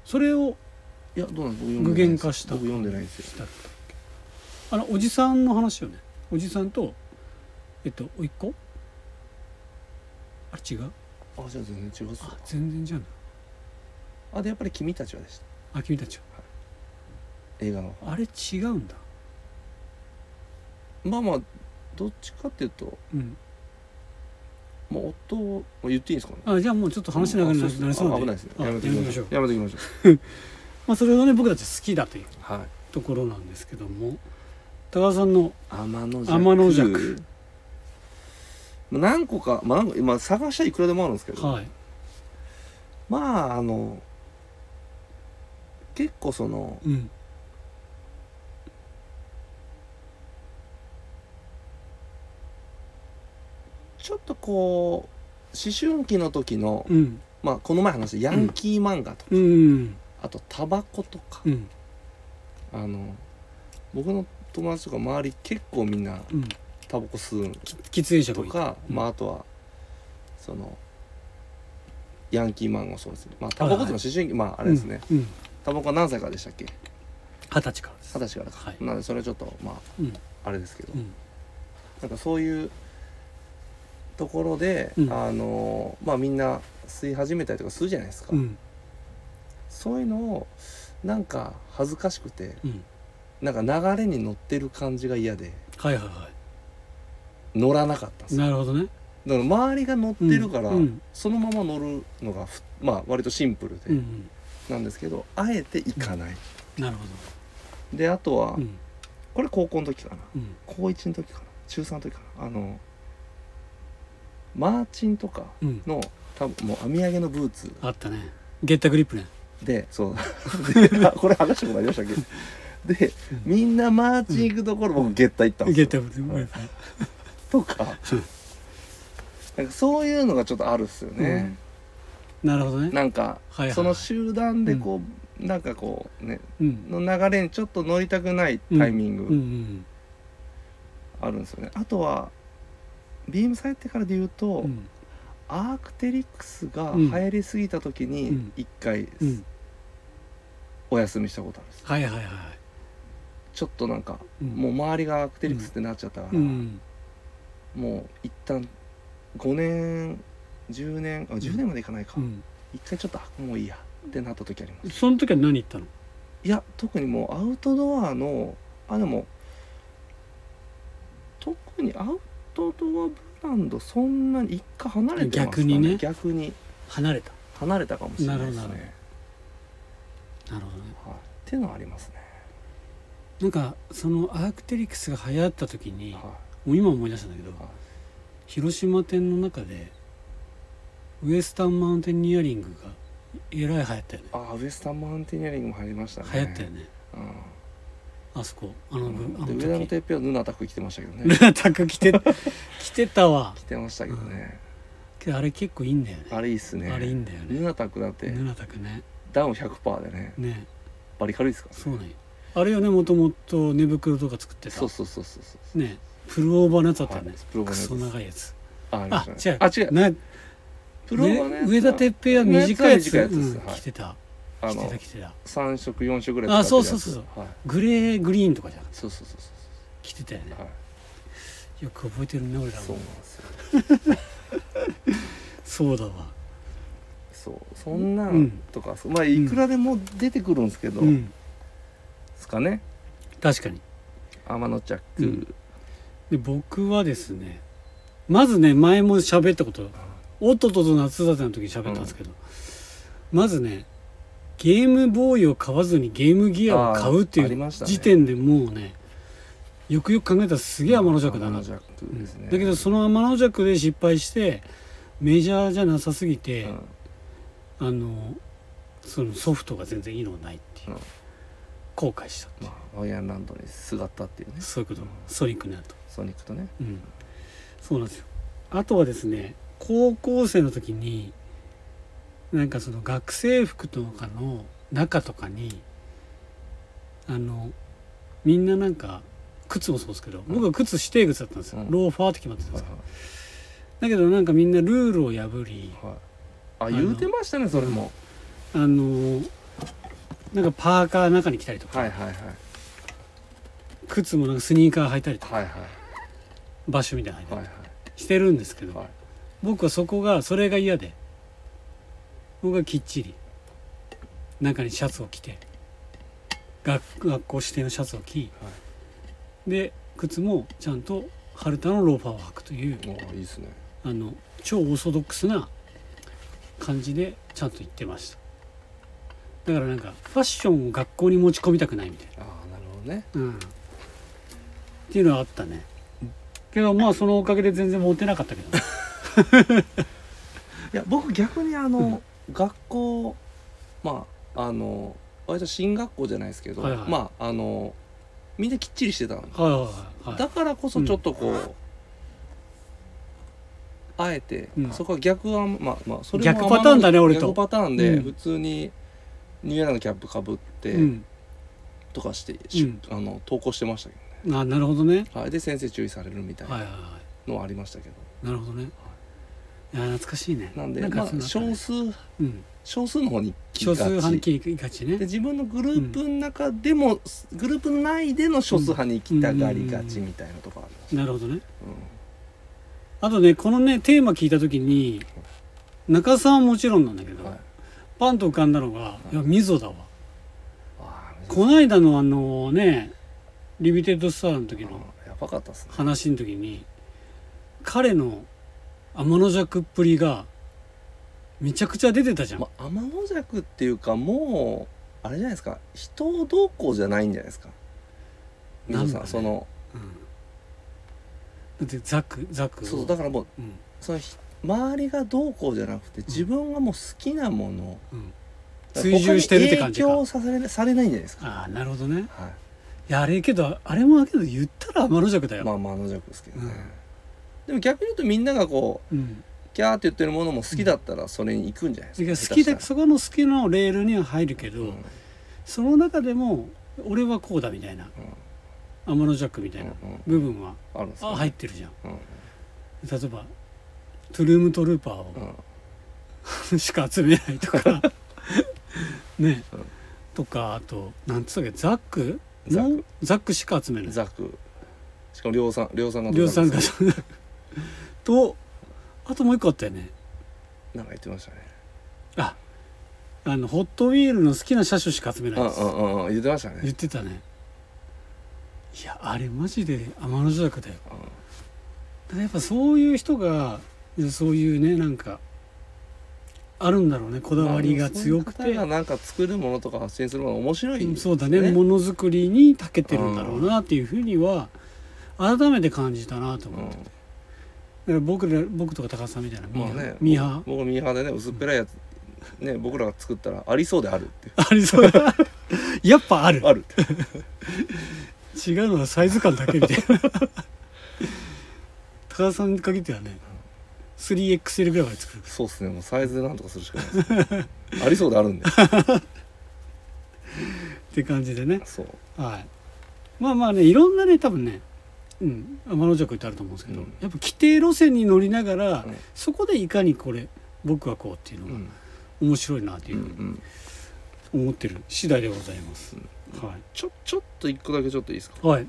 [SPEAKER 1] それを
[SPEAKER 2] いやどうなんです僕読んでないです
[SPEAKER 1] 具現化した
[SPEAKER 2] 僕読んでないんですよ
[SPEAKER 1] だったっけあのおじさんの話よねおじさんとえっとおいっ子あれ違う
[SPEAKER 2] あじゃあ全然違うっす
[SPEAKER 1] あ全然じゃない
[SPEAKER 2] あでやっぱり君たちはでした
[SPEAKER 1] あ君たちは
[SPEAKER 2] 映画の方
[SPEAKER 1] あれ違うんだ
[SPEAKER 2] まあまあどっちかっていうと
[SPEAKER 1] うん
[SPEAKER 2] もう夫をもう言っていいんですかね
[SPEAKER 1] あじゃあもうちょっと話長くなりなりそう
[SPEAKER 2] あ
[SPEAKER 1] なん
[SPEAKER 2] 危
[SPEAKER 1] で
[SPEAKER 2] ないですね
[SPEAKER 1] あ
[SPEAKER 2] や
[SPEAKER 1] やめ
[SPEAKER 2] めて
[SPEAKER 1] てお
[SPEAKER 2] お
[SPEAKER 1] き
[SPEAKER 2] きま
[SPEAKER 1] ま
[SPEAKER 2] し
[SPEAKER 1] し
[SPEAKER 2] ょ
[SPEAKER 1] ょ
[SPEAKER 2] う
[SPEAKER 1] う
[SPEAKER 2] やめておきましょ
[SPEAKER 1] まあ、それがね僕たち好きだという
[SPEAKER 2] うはい
[SPEAKER 1] ところなんですけども高田さんの
[SPEAKER 2] 天の
[SPEAKER 1] 天の
[SPEAKER 2] 弱まあ何個か、まあ、何個まあ探したらいくらでもあるんですけど、
[SPEAKER 1] はい
[SPEAKER 2] まああの結構その
[SPEAKER 1] うん
[SPEAKER 2] ちょっとこう思春期の時の、
[SPEAKER 1] うん
[SPEAKER 2] まあ、この前話したヤンキー漫画とか、
[SPEAKER 1] うん
[SPEAKER 2] あとタバコとか
[SPEAKER 1] う、ん
[SPEAKER 2] あの僕の友達とか周り結構みんな
[SPEAKER 1] うん
[SPEAKER 2] タバコ吸うん
[SPEAKER 1] き喫煙者が
[SPEAKER 2] と
[SPEAKER 1] 多い
[SPEAKER 2] か、
[SPEAKER 1] うん
[SPEAKER 2] まああとはそのヤンキー漫画もそうですねまあタバコっていうのは思春期、まああれですね、
[SPEAKER 1] うんうん
[SPEAKER 2] タバコは何歳からでしたっけ
[SPEAKER 1] 二十歳からです
[SPEAKER 2] 二十歳からか、
[SPEAKER 1] はい
[SPEAKER 2] なのでそれはちょっとま
[SPEAKER 1] うん
[SPEAKER 2] ああれですけど、
[SPEAKER 1] うん
[SPEAKER 2] なんかそういうところで、
[SPEAKER 1] うん
[SPEAKER 2] あのまあみんな吸い始めたりとかするじゃないですか、
[SPEAKER 1] うん
[SPEAKER 2] そういうのをなんか恥ずかしくて
[SPEAKER 1] うん
[SPEAKER 2] なんか流れに乗ってる感じが嫌で
[SPEAKER 1] はいはいは
[SPEAKER 2] 乗らなかったんです
[SPEAKER 1] い
[SPEAKER 2] よ
[SPEAKER 1] なるほどね
[SPEAKER 2] だから周りが乗ってるから、
[SPEAKER 1] うんうん
[SPEAKER 2] そのまま乗るのがふまあ割とシンプル
[SPEAKER 1] うんう
[SPEAKER 2] で
[SPEAKER 1] ん
[SPEAKER 2] なんですけど、あえて行かない、
[SPEAKER 1] なるほ
[SPEAKER 2] であとは、
[SPEAKER 1] どうん
[SPEAKER 2] これ高校の時かな
[SPEAKER 1] うん
[SPEAKER 2] 高1の時かな中3の時かなあのマーチンとか
[SPEAKER 1] うん
[SPEAKER 2] の多分もう網上げのブーツ
[SPEAKER 1] あったねゲッタグリップね
[SPEAKER 2] でそう であこれ話したことありましたっけで
[SPEAKER 1] うん
[SPEAKER 2] みんなマーチン行くところ僕ゲッタ行ったんです
[SPEAKER 1] ゲ
[SPEAKER 2] よ
[SPEAKER 1] ッタグリップね
[SPEAKER 2] とかなんかそういうのがちょっとあるっすよね、
[SPEAKER 1] なるほどね
[SPEAKER 2] なんか
[SPEAKER 1] はいはい
[SPEAKER 2] その集団でこう、なんかこうね
[SPEAKER 1] うん
[SPEAKER 2] の流れにちょっと乗りたくないタイミン
[SPEAKER 1] うんう
[SPEAKER 2] グ
[SPEAKER 1] ん
[SPEAKER 2] あるんですよね、あとはビームされてからで言うと、
[SPEAKER 1] うん
[SPEAKER 2] アークテリックスが
[SPEAKER 1] うん
[SPEAKER 2] 流行りすぎた時
[SPEAKER 1] う
[SPEAKER 2] に
[SPEAKER 1] ん
[SPEAKER 2] 一回
[SPEAKER 1] うん
[SPEAKER 2] お休みしたことあるんです、
[SPEAKER 1] はいはいはい
[SPEAKER 2] ちょっとなんか
[SPEAKER 1] うん
[SPEAKER 2] もう周りがアークテリックスってなっちゃったから、
[SPEAKER 1] うん
[SPEAKER 2] もう一旦5年10年あ10年までいかないか、
[SPEAKER 1] うん
[SPEAKER 2] 一回ちょっとあもういいやってなった時あります
[SPEAKER 1] その時は何言ったの
[SPEAKER 2] いや特にもうアウトドアのあでも特にアウトドアブランドそんなに一回離れてますか
[SPEAKER 1] 逆にね
[SPEAKER 2] 逆に
[SPEAKER 1] 離れた
[SPEAKER 2] 離れたかもしれないです
[SPEAKER 1] なるほどな
[SPEAKER 2] ね
[SPEAKER 1] なるほどね
[SPEAKER 2] はい、っていうのはありますね、
[SPEAKER 1] なんかそのアークテリクスが流行った時に
[SPEAKER 2] は
[SPEAKER 1] もう今思い出したんだけど
[SPEAKER 2] いはい
[SPEAKER 1] 広島店の中でウエスタンマウンテニアリングがえらい流行ったよね
[SPEAKER 2] あウエスタンマウンティニアリングも入りましたね
[SPEAKER 1] 流行ったよねあそこあ
[SPEAKER 2] う
[SPEAKER 1] の,、
[SPEAKER 2] ん、
[SPEAKER 1] あ
[SPEAKER 2] で
[SPEAKER 1] の
[SPEAKER 2] 上田の
[SPEAKER 1] 時
[SPEAKER 2] てっぺんはヌナタク着てましたけどね
[SPEAKER 1] ルナタク着て 着てたわ
[SPEAKER 2] 着てましたけどね、
[SPEAKER 1] けどあれ結構いいんだよね
[SPEAKER 2] あれいいっすね
[SPEAKER 1] あれいいんだよね
[SPEAKER 2] ヌナタクだって
[SPEAKER 1] ルナタクね
[SPEAKER 2] ダウン100%でね
[SPEAKER 1] ね
[SPEAKER 2] バリ軽いっすからね
[SPEAKER 1] そうねあれよねもともと寝袋とか作ってた
[SPEAKER 2] そうそうそうそうそう
[SPEAKER 1] ねプルオーバーのやつあったよね、
[SPEAKER 2] はいプルオーバーのやつ
[SPEAKER 1] クソ長いやつ
[SPEAKER 2] あありま
[SPEAKER 1] あ
[SPEAKER 2] した
[SPEAKER 1] 違う
[SPEAKER 2] ねあ違う
[SPEAKER 1] な
[SPEAKER 2] プロバのやつは
[SPEAKER 1] 上田哲平は短いやつ
[SPEAKER 2] 上田は短いやつです
[SPEAKER 1] うん
[SPEAKER 2] はい
[SPEAKER 1] 着てた
[SPEAKER 2] あ
[SPEAKER 1] 着て
[SPEAKER 2] の
[SPEAKER 1] た着てた
[SPEAKER 2] 3色4色ぐらい
[SPEAKER 1] あ
[SPEAKER 2] 使ってるやつ
[SPEAKER 1] そうそうそう
[SPEAKER 2] はい
[SPEAKER 1] グレーグリーンとかじゃん
[SPEAKER 2] そうそうそうそ
[SPEAKER 1] 着てたよね
[SPEAKER 2] うはい
[SPEAKER 1] よく覚えてるね俺らも
[SPEAKER 2] そうなんですよ
[SPEAKER 1] そうだわ
[SPEAKER 2] そうそんな
[SPEAKER 1] うん
[SPEAKER 2] んとか、まあいくらでも出てくるんですけど、
[SPEAKER 1] うん
[SPEAKER 2] ですかね
[SPEAKER 1] 確かに
[SPEAKER 2] 天野ジャッ
[SPEAKER 1] う
[SPEAKER 2] ク
[SPEAKER 1] ん、で僕はですねまずね前も喋ったことおっとっとと夏だての時に喋ったんですけど、まずねゲームボーイを買わずにゲームギアを買うってい
[SPEAKER 2] あーありま
[SPEAKER 1] う
[SPEAKER 2] したね
[SPEAKER 1] 時点でもうねよくよく考えたらすげえ天の弱だな
[SPEAKER 2] 天野ジャックですね、
[SPEAKER 1] だけどその天の弱で失敗してメジャーじゃなさすぎて、
[SPEAKER 2] うん
[SPEAKER 1] あのそのソフトが全然いいのがないっていう、
[SPEAKER 2] うん
[SPEAKER 1] 後悔したっていう
[SPEAKER 2] まあ、ワイヤーランドにすがったっていうね
[SPEAKER 1] そういうこと、
[SPEAKER 2] うん
[SPEAKER 1] ソニックのやつ
[SPEAKER 2] ソニックとね
[SPEAKER 1] うん、そうなんですよあとはですね高校生の時になんかその学生服とかの中とかにあのみんななんか靴もそうですけど僕は靴指定靴だったんですよ、
[SPEAKER 2] うん
[SPEAKER 1] ローファーって決まってたんで
[SPEAKER 2] は
[SPEAKER 1] す
[SPEAKER 2] い
[SPEAKER 1] よ、だけどなんかみんなルールを破り
[SPEAKER 2] はい、はい、あ言うてましたねそれも、
[SPEAKER 1] あのなんかパーカー中に着たりとか
[SPEAKER 2] はいはいはい
[SPEAKER 1] 靴もなんかスニーカー履いたりとか
[SPEAKER 2] はいはい
[SPEAKER 1] バッシュみたいなの履いた
[SPEAKER 2] はい
[SPEAKER 1] り
[SPEAKER 2] はい
[SPEAKER 1] してるんですけど、
[SPEAKER 2] はい
[SPEAKER 1] 僕はそこがそれが嫌で僕はきっちり中にシャツを着て学学校指定のシャツを着、
[SPEAKER 2] は
[SPEAKER 1] で靴もちゃんとハルタのローファーを履くという
[SPEAKER 2] おーいいですね
[SPEAKER 1] あの超オーソドックスな感じでちゃんと言ってましただからなんかファッションを学校に持ち込みたくないみたい
[SPEAKER 2] ああなるほどね
[SPEAKER 1] な、うん、っていうのはあったねけどまあそのおかげで全然モテなかったけどね
[SPEAKER 2] いや僕逆にあの、学校まああの割と進学校じゃないですけど、
[SPEAKER 1] はいはい
[SPEAKER 2] まああのみんなきっちりしてたの、
[SPEAKER 1] はいはいはい、は
[SPEAKER 2] だ
[SPEAKER 1] い、
[SPEAKER 2] からこそちょっとこう、あえて、
[SPEAKER 1] うん
[SPEAKER 2] そこは逆はまあまあそれも
[SPEAKER 1] 逆パターンだね
[SPEAKER 2] あんま
[SPEAKER 1] 俺と
[SPEAKER 2] 逆パターンで
[SPEAKER 1] うん
[SPEAKER 2] 普通にニューエラのキャップかぶって、
[SPEAKER 1] うん
[SPEAKER 2] とかして、し
[SPEAKER 1] うん
[SPEAKER 2] あの投稿してましたけどね、
[SPEAKER 1] あなるほどね
[SPEAKER 2] はい、で先生注意されるみたい
[SPEAKER 1] はい
[SPEAKER 2] な
[SPEAKER 1] はいはい
[SPEAKER 2] のはありましたけど、
[SPEAKER 1] なるほどねいや懐かしいね
[SPEAKER 2] なんで
[SPEAKER 1] かそんな
[SPEAKER 2] まあ
[SPEAKER 1] ったね
[SPEAKER 2] 少数
[SPEAKER 1] うん
[SPEAKER 2] 少数の方に
[SPEAKER 1] 少数
[SPEAKER 2] 行きがち
[SPEAKER 1] 派に切りがちね
[SPEAKER 2] で自分のグループの中でも、グループ内での少数派に行きたがりがちみたいなとこある、
[SPEAKER 1] なるほどね
[SPEAKER 2] うん
[SPEAKER 1] ああとねこのねテーマ聞いた時に中澤はもちろんなんだけど、
[SPEAKER 2] はい
[SPEAKER 1] パンと浮かんだのが「いや溝だわ」
[SPEAKER 2] あー
[SPEAKER 1] こないだのあのねリミテッドスターの時の
[SPEAKER 2] やばかったっすね
[SPEAKER 1] 話の時に彼の天の弱っぷりがめちゃくちゃ出てたじゃん、
[SPEAKER 2] まあ天の弱っていうかもうあれじゃないですか人をどうこうじゃないんじゃないですか
[SPEAKER 1] なん
[SPEAKER 2] 水野
[SPEAKER 1] だね
[SPEAKER 2] さん、その
[SPEAKER 1] だってザクザクを
[SPEAKER 2] そうだからもう
[SPEAKER 1] うん
[SPEAKER 2] そのひ周りがどうこうじゃなくて自分がもう好きなもの、
[SPEAKER 1] うん
[SPEAKER 2] だから
[SPEAKER 1] 追求してるって感じか
[SPEAKER 2] 他に影響させれされないんじゃないですか、
[SPEAKER 1] ああなるほどね
[SPEAKER 2] はい
[SPEAKER 1] やあれけどあれもだけど言ったら天の弱だ
[SPEAKER 2] い、
[SPEAKER 1] よ、
[SPEAKER 2] まあ天の弱ですけどね、
[SPEAKER 1] うん
[SPEAKER 2] でも逆に言うとみんながこう
[SPEAKER 1] うん
[SPEAKER 2] キャーって言ってるものも好きだったらそれに行くんじゃない
[SPEAKER 1] いや
[SPEAKER 2] です
[SPEAKER 1] 好
[SPEAKER 2] か、
[SPEAKER 1] きだ
[SPEAKER 2] 下手し
[SPEAKER 1] そこの好きのレールには入るけど、
[SPEAKER 2] たらうん
[SPEAKER 1] その中でも俺はこうだみたいな、天の弱みたいな
[SPEAKER 2] うんうん
[SPEAKER 1] 部分は、
[SPEAKER 2] あるんです
[SPEAKER 1] あ
[SPEAKER 2] か
[SPEAKER 1] 入ってるじゃん
[SPEAKER 2] うん
[SPEAKER 1] 例えばトゥルームトルーパーを
[SPEAKER 2] うん
[SPEAKER 1] しか集めないと かね、
[SPEAKER 2] うん
[SPEAKER 1] とかあとなんつったっけザック
[SPEAKER 2] ザック
[SPEAKER 1] もうザックしか集めない
[SPEAKER 2] ザクしかも量産量産が
[SPEAKER 1] 量産が とあともう一個あったよね
[SPEAKER 2] なんか言ってましたね
[SPEAKER 1] ああのホットウィールの好きな車種しか集めな
[SPEAKER 2] う
[SPEAKER 1] い
[SPEAKER 2] ん
[SPEAKER 1] です、
[SPEAKER 2] うんうんうん言ってましたね
[SPEAKER 1] 言ってたねいやあれマジで天の弱だよだからやっぱそういう人がそういうねなんかあるんだろうねこだわりが強く
[SPEAKER 2] まあでもそういう
[SPEAKER 1] て、
[SPEAKER 2] 方がなんか作るものとか発信するもの面白い、
[SPEAKER 1] うんそうだねものづくりに長けてるんだろうなっていうふうには改めて感じたなと
[SPEAKER 2] う
[SPEAKER 1] 思って、だか
[SPEAKER 2] ん
[SPEAKER 1] ら僕ら僕とか高橋さんみたいなミー
[SPEAKER 2] まあ
[SPEAKER 1] ハー、
[SPEAKER 2] ね
[SPEAKER 1] ミーハー
[SPEAKER 2] 僕僕ミーハーでね薄っぺらいやつ、ね僕らが作ったらありそうであるってい う
[SPEAKER 1] ありそうだやっぱある
[SPEAKER 2] あるっていう
[SPEAKER 1] 違うのはサイズ感だけみたいな 高田さんに限ってはね 3XL ぐらいまで作る
[SPEAKER 2] そうっすねもうサイズでなんとかするしかないですありそうであるんで
[SPEAKER 1] って感じでね
[SPEAKER 2] そう
[SPEAKER 1] はいまあまあねいろんなね多分ねうん天の弱ってあると思うんですけど、
[SPEAKER 2] うん
[SPEAKER 1] やっぱ規定路線に乗りながら、
[SPEAKER 2] うん
[SPEAKER 1] そこでいかにこれ僕はこうっていう
[SPEAKER 2] う
[SPEAKER 1] のが
[SPEAKER 2] ん
[SPEAKER 1] 面白いなって
[SPEAKER 2] う
[SPEAKER 1] い
[SPEAKER 2] んう
[SPEAKER 1] う、
[SPEAKER 2] ん
[SPEAKER 1] 思ってる次第でございます、
[SPEAKER 2] うん
[SPEAKER 1] はい
[SPEAKER 2] ちょちょっと一個だけちょっといいですか
[SPEAKER 1] はい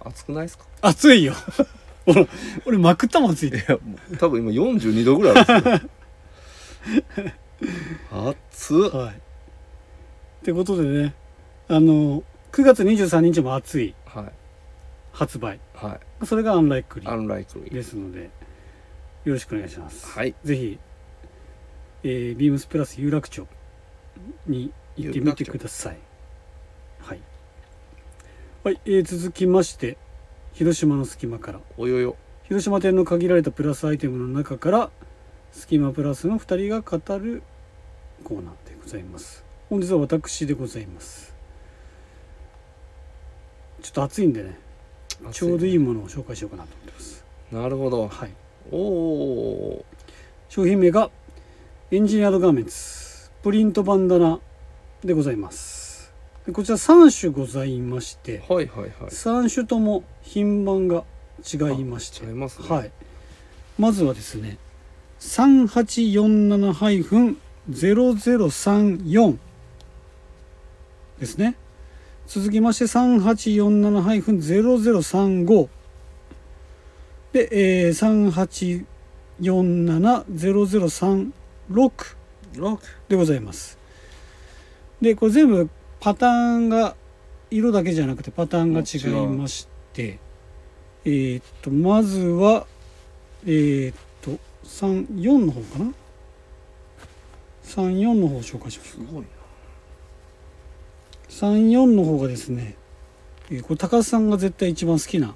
[SPEAKER 2] 熱くないですか
[SPEAKER 1] 暑いよ ほら俺まくったもんついて
[SPEAKER 2] いやもう多分今42度ぐらいあるんですよ熱っ
[SPEAKER 1] はいってことでねあの9月23日も暑い
[SPEAKER 2] はい
[SPEAKER 1] 発売
[SPEAKER 2] はい
[SPEAKER 1] それがアンライクリ
[SPEAKER 2] アンライクリー
[SPEAKER 1] ですのでよろしくお願いします
[SPEAKER 2] はい
[SPEAKER 1] ぜひ、えー、ビームスプラス有楽町に行ってみてください。はい。はい、えー続きまして、広島の隙間から。
[SPEAKER 2] およよ
[SPEAKER 1] 広島店の限られたプラスアイテムの中から、隙間プラスの2人が語るコーナーでございます。本日は私でございます。ちょっと暑いんでね、ちょうどいいものを紹介しようかなと思ってます。
[SPEAKER 2] なるほど
[SPEAKER 1] はい。
[SPEAKER 2] おお
[SPEAKER 1] 商品名がエンジニアードガーメンツプリントバンダナでございますでこちら3種ございまして
[SPEAKER 2] ーはいはいはい
[SPEAKER 1] 3種とも品番が違いまして
[SPEAKER 2] あ違いますね
[SPEAKER 1] はい、まずはですね3847-0034ですね続きまして3847-0035で、えー、3847-0036
[SPEAKER 2] ロック
[SPEAKER 1] でございますでこれ全部パターンが色だけじゃなくてパターンが違いましてえーっとまずはえーっと34の方かな34の方を紹介しましょ
[SPEAKER 2] すごいな
[SPEAKER 1] う34の方がですね、えーこれ高須さんが絶対一番好きな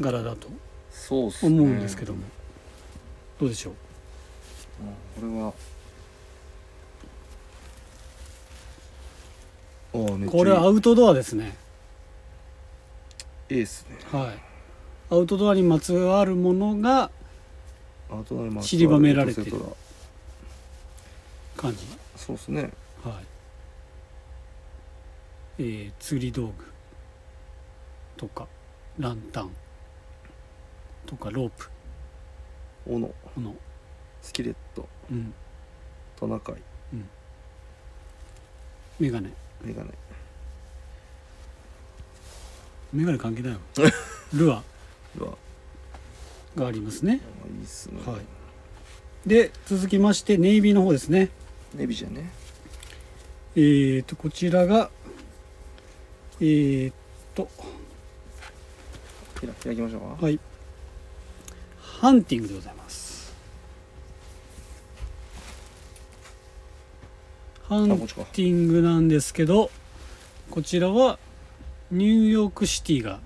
[SPEAKER 1] 柄だと
[SPEAKER 2] そうっすね
[SPEAKER 1] 思うんですけども、どうでしょう
[SPEAKER 2] うんこれはああめっちゃいい
[SPEAKER 1] これはアウトドアですね
[SPEAKER 2] いいっすね
[SPEAKER 1] はいアウトドアにまつわるものが
[SPEAKER 2] あとは今
[SPEAKER 1] 散りばめられてる
[SPEAKER 2] セットだ
[SPEAKER 1] 感じ
[SPEAKER 2] そうっすね
[SPEAKER 1] はいえー釣り道具とかランタンとかロープ
[SPEAKER 2] 斧
[SPEAKER 1] この、
[SPEAKER 2] スキレット
[SPEAKER 1] うん、
[SPEAKER 2] トナカイ
[SPEAKER 1] メガネ
[SPEAKER 2] メガネ
[SPEAKER 1] メガネ関係ないよルアー
[SPEAKER 2] うわ
[SPEAKER 1] がありますね。
[SPEAKER 2] いいっすね、
[SPEAKER 1] はい、で続きましてネイビーの方ですね。
[SPEAKER 2] ネビじゃね
[SPEAKER 1] えー、とこちらがえー、と
[SPEAKER 2] 開開きましょうか、
[SPEAKER 1] はいハンティングでございます。ハン
[SPEAKER 2] あこっち
[SPEAKER 1] ハ
[SPEAKER 2] か
[SPEAKER 1] ンティングなんですけどこちらはニューヨークシティが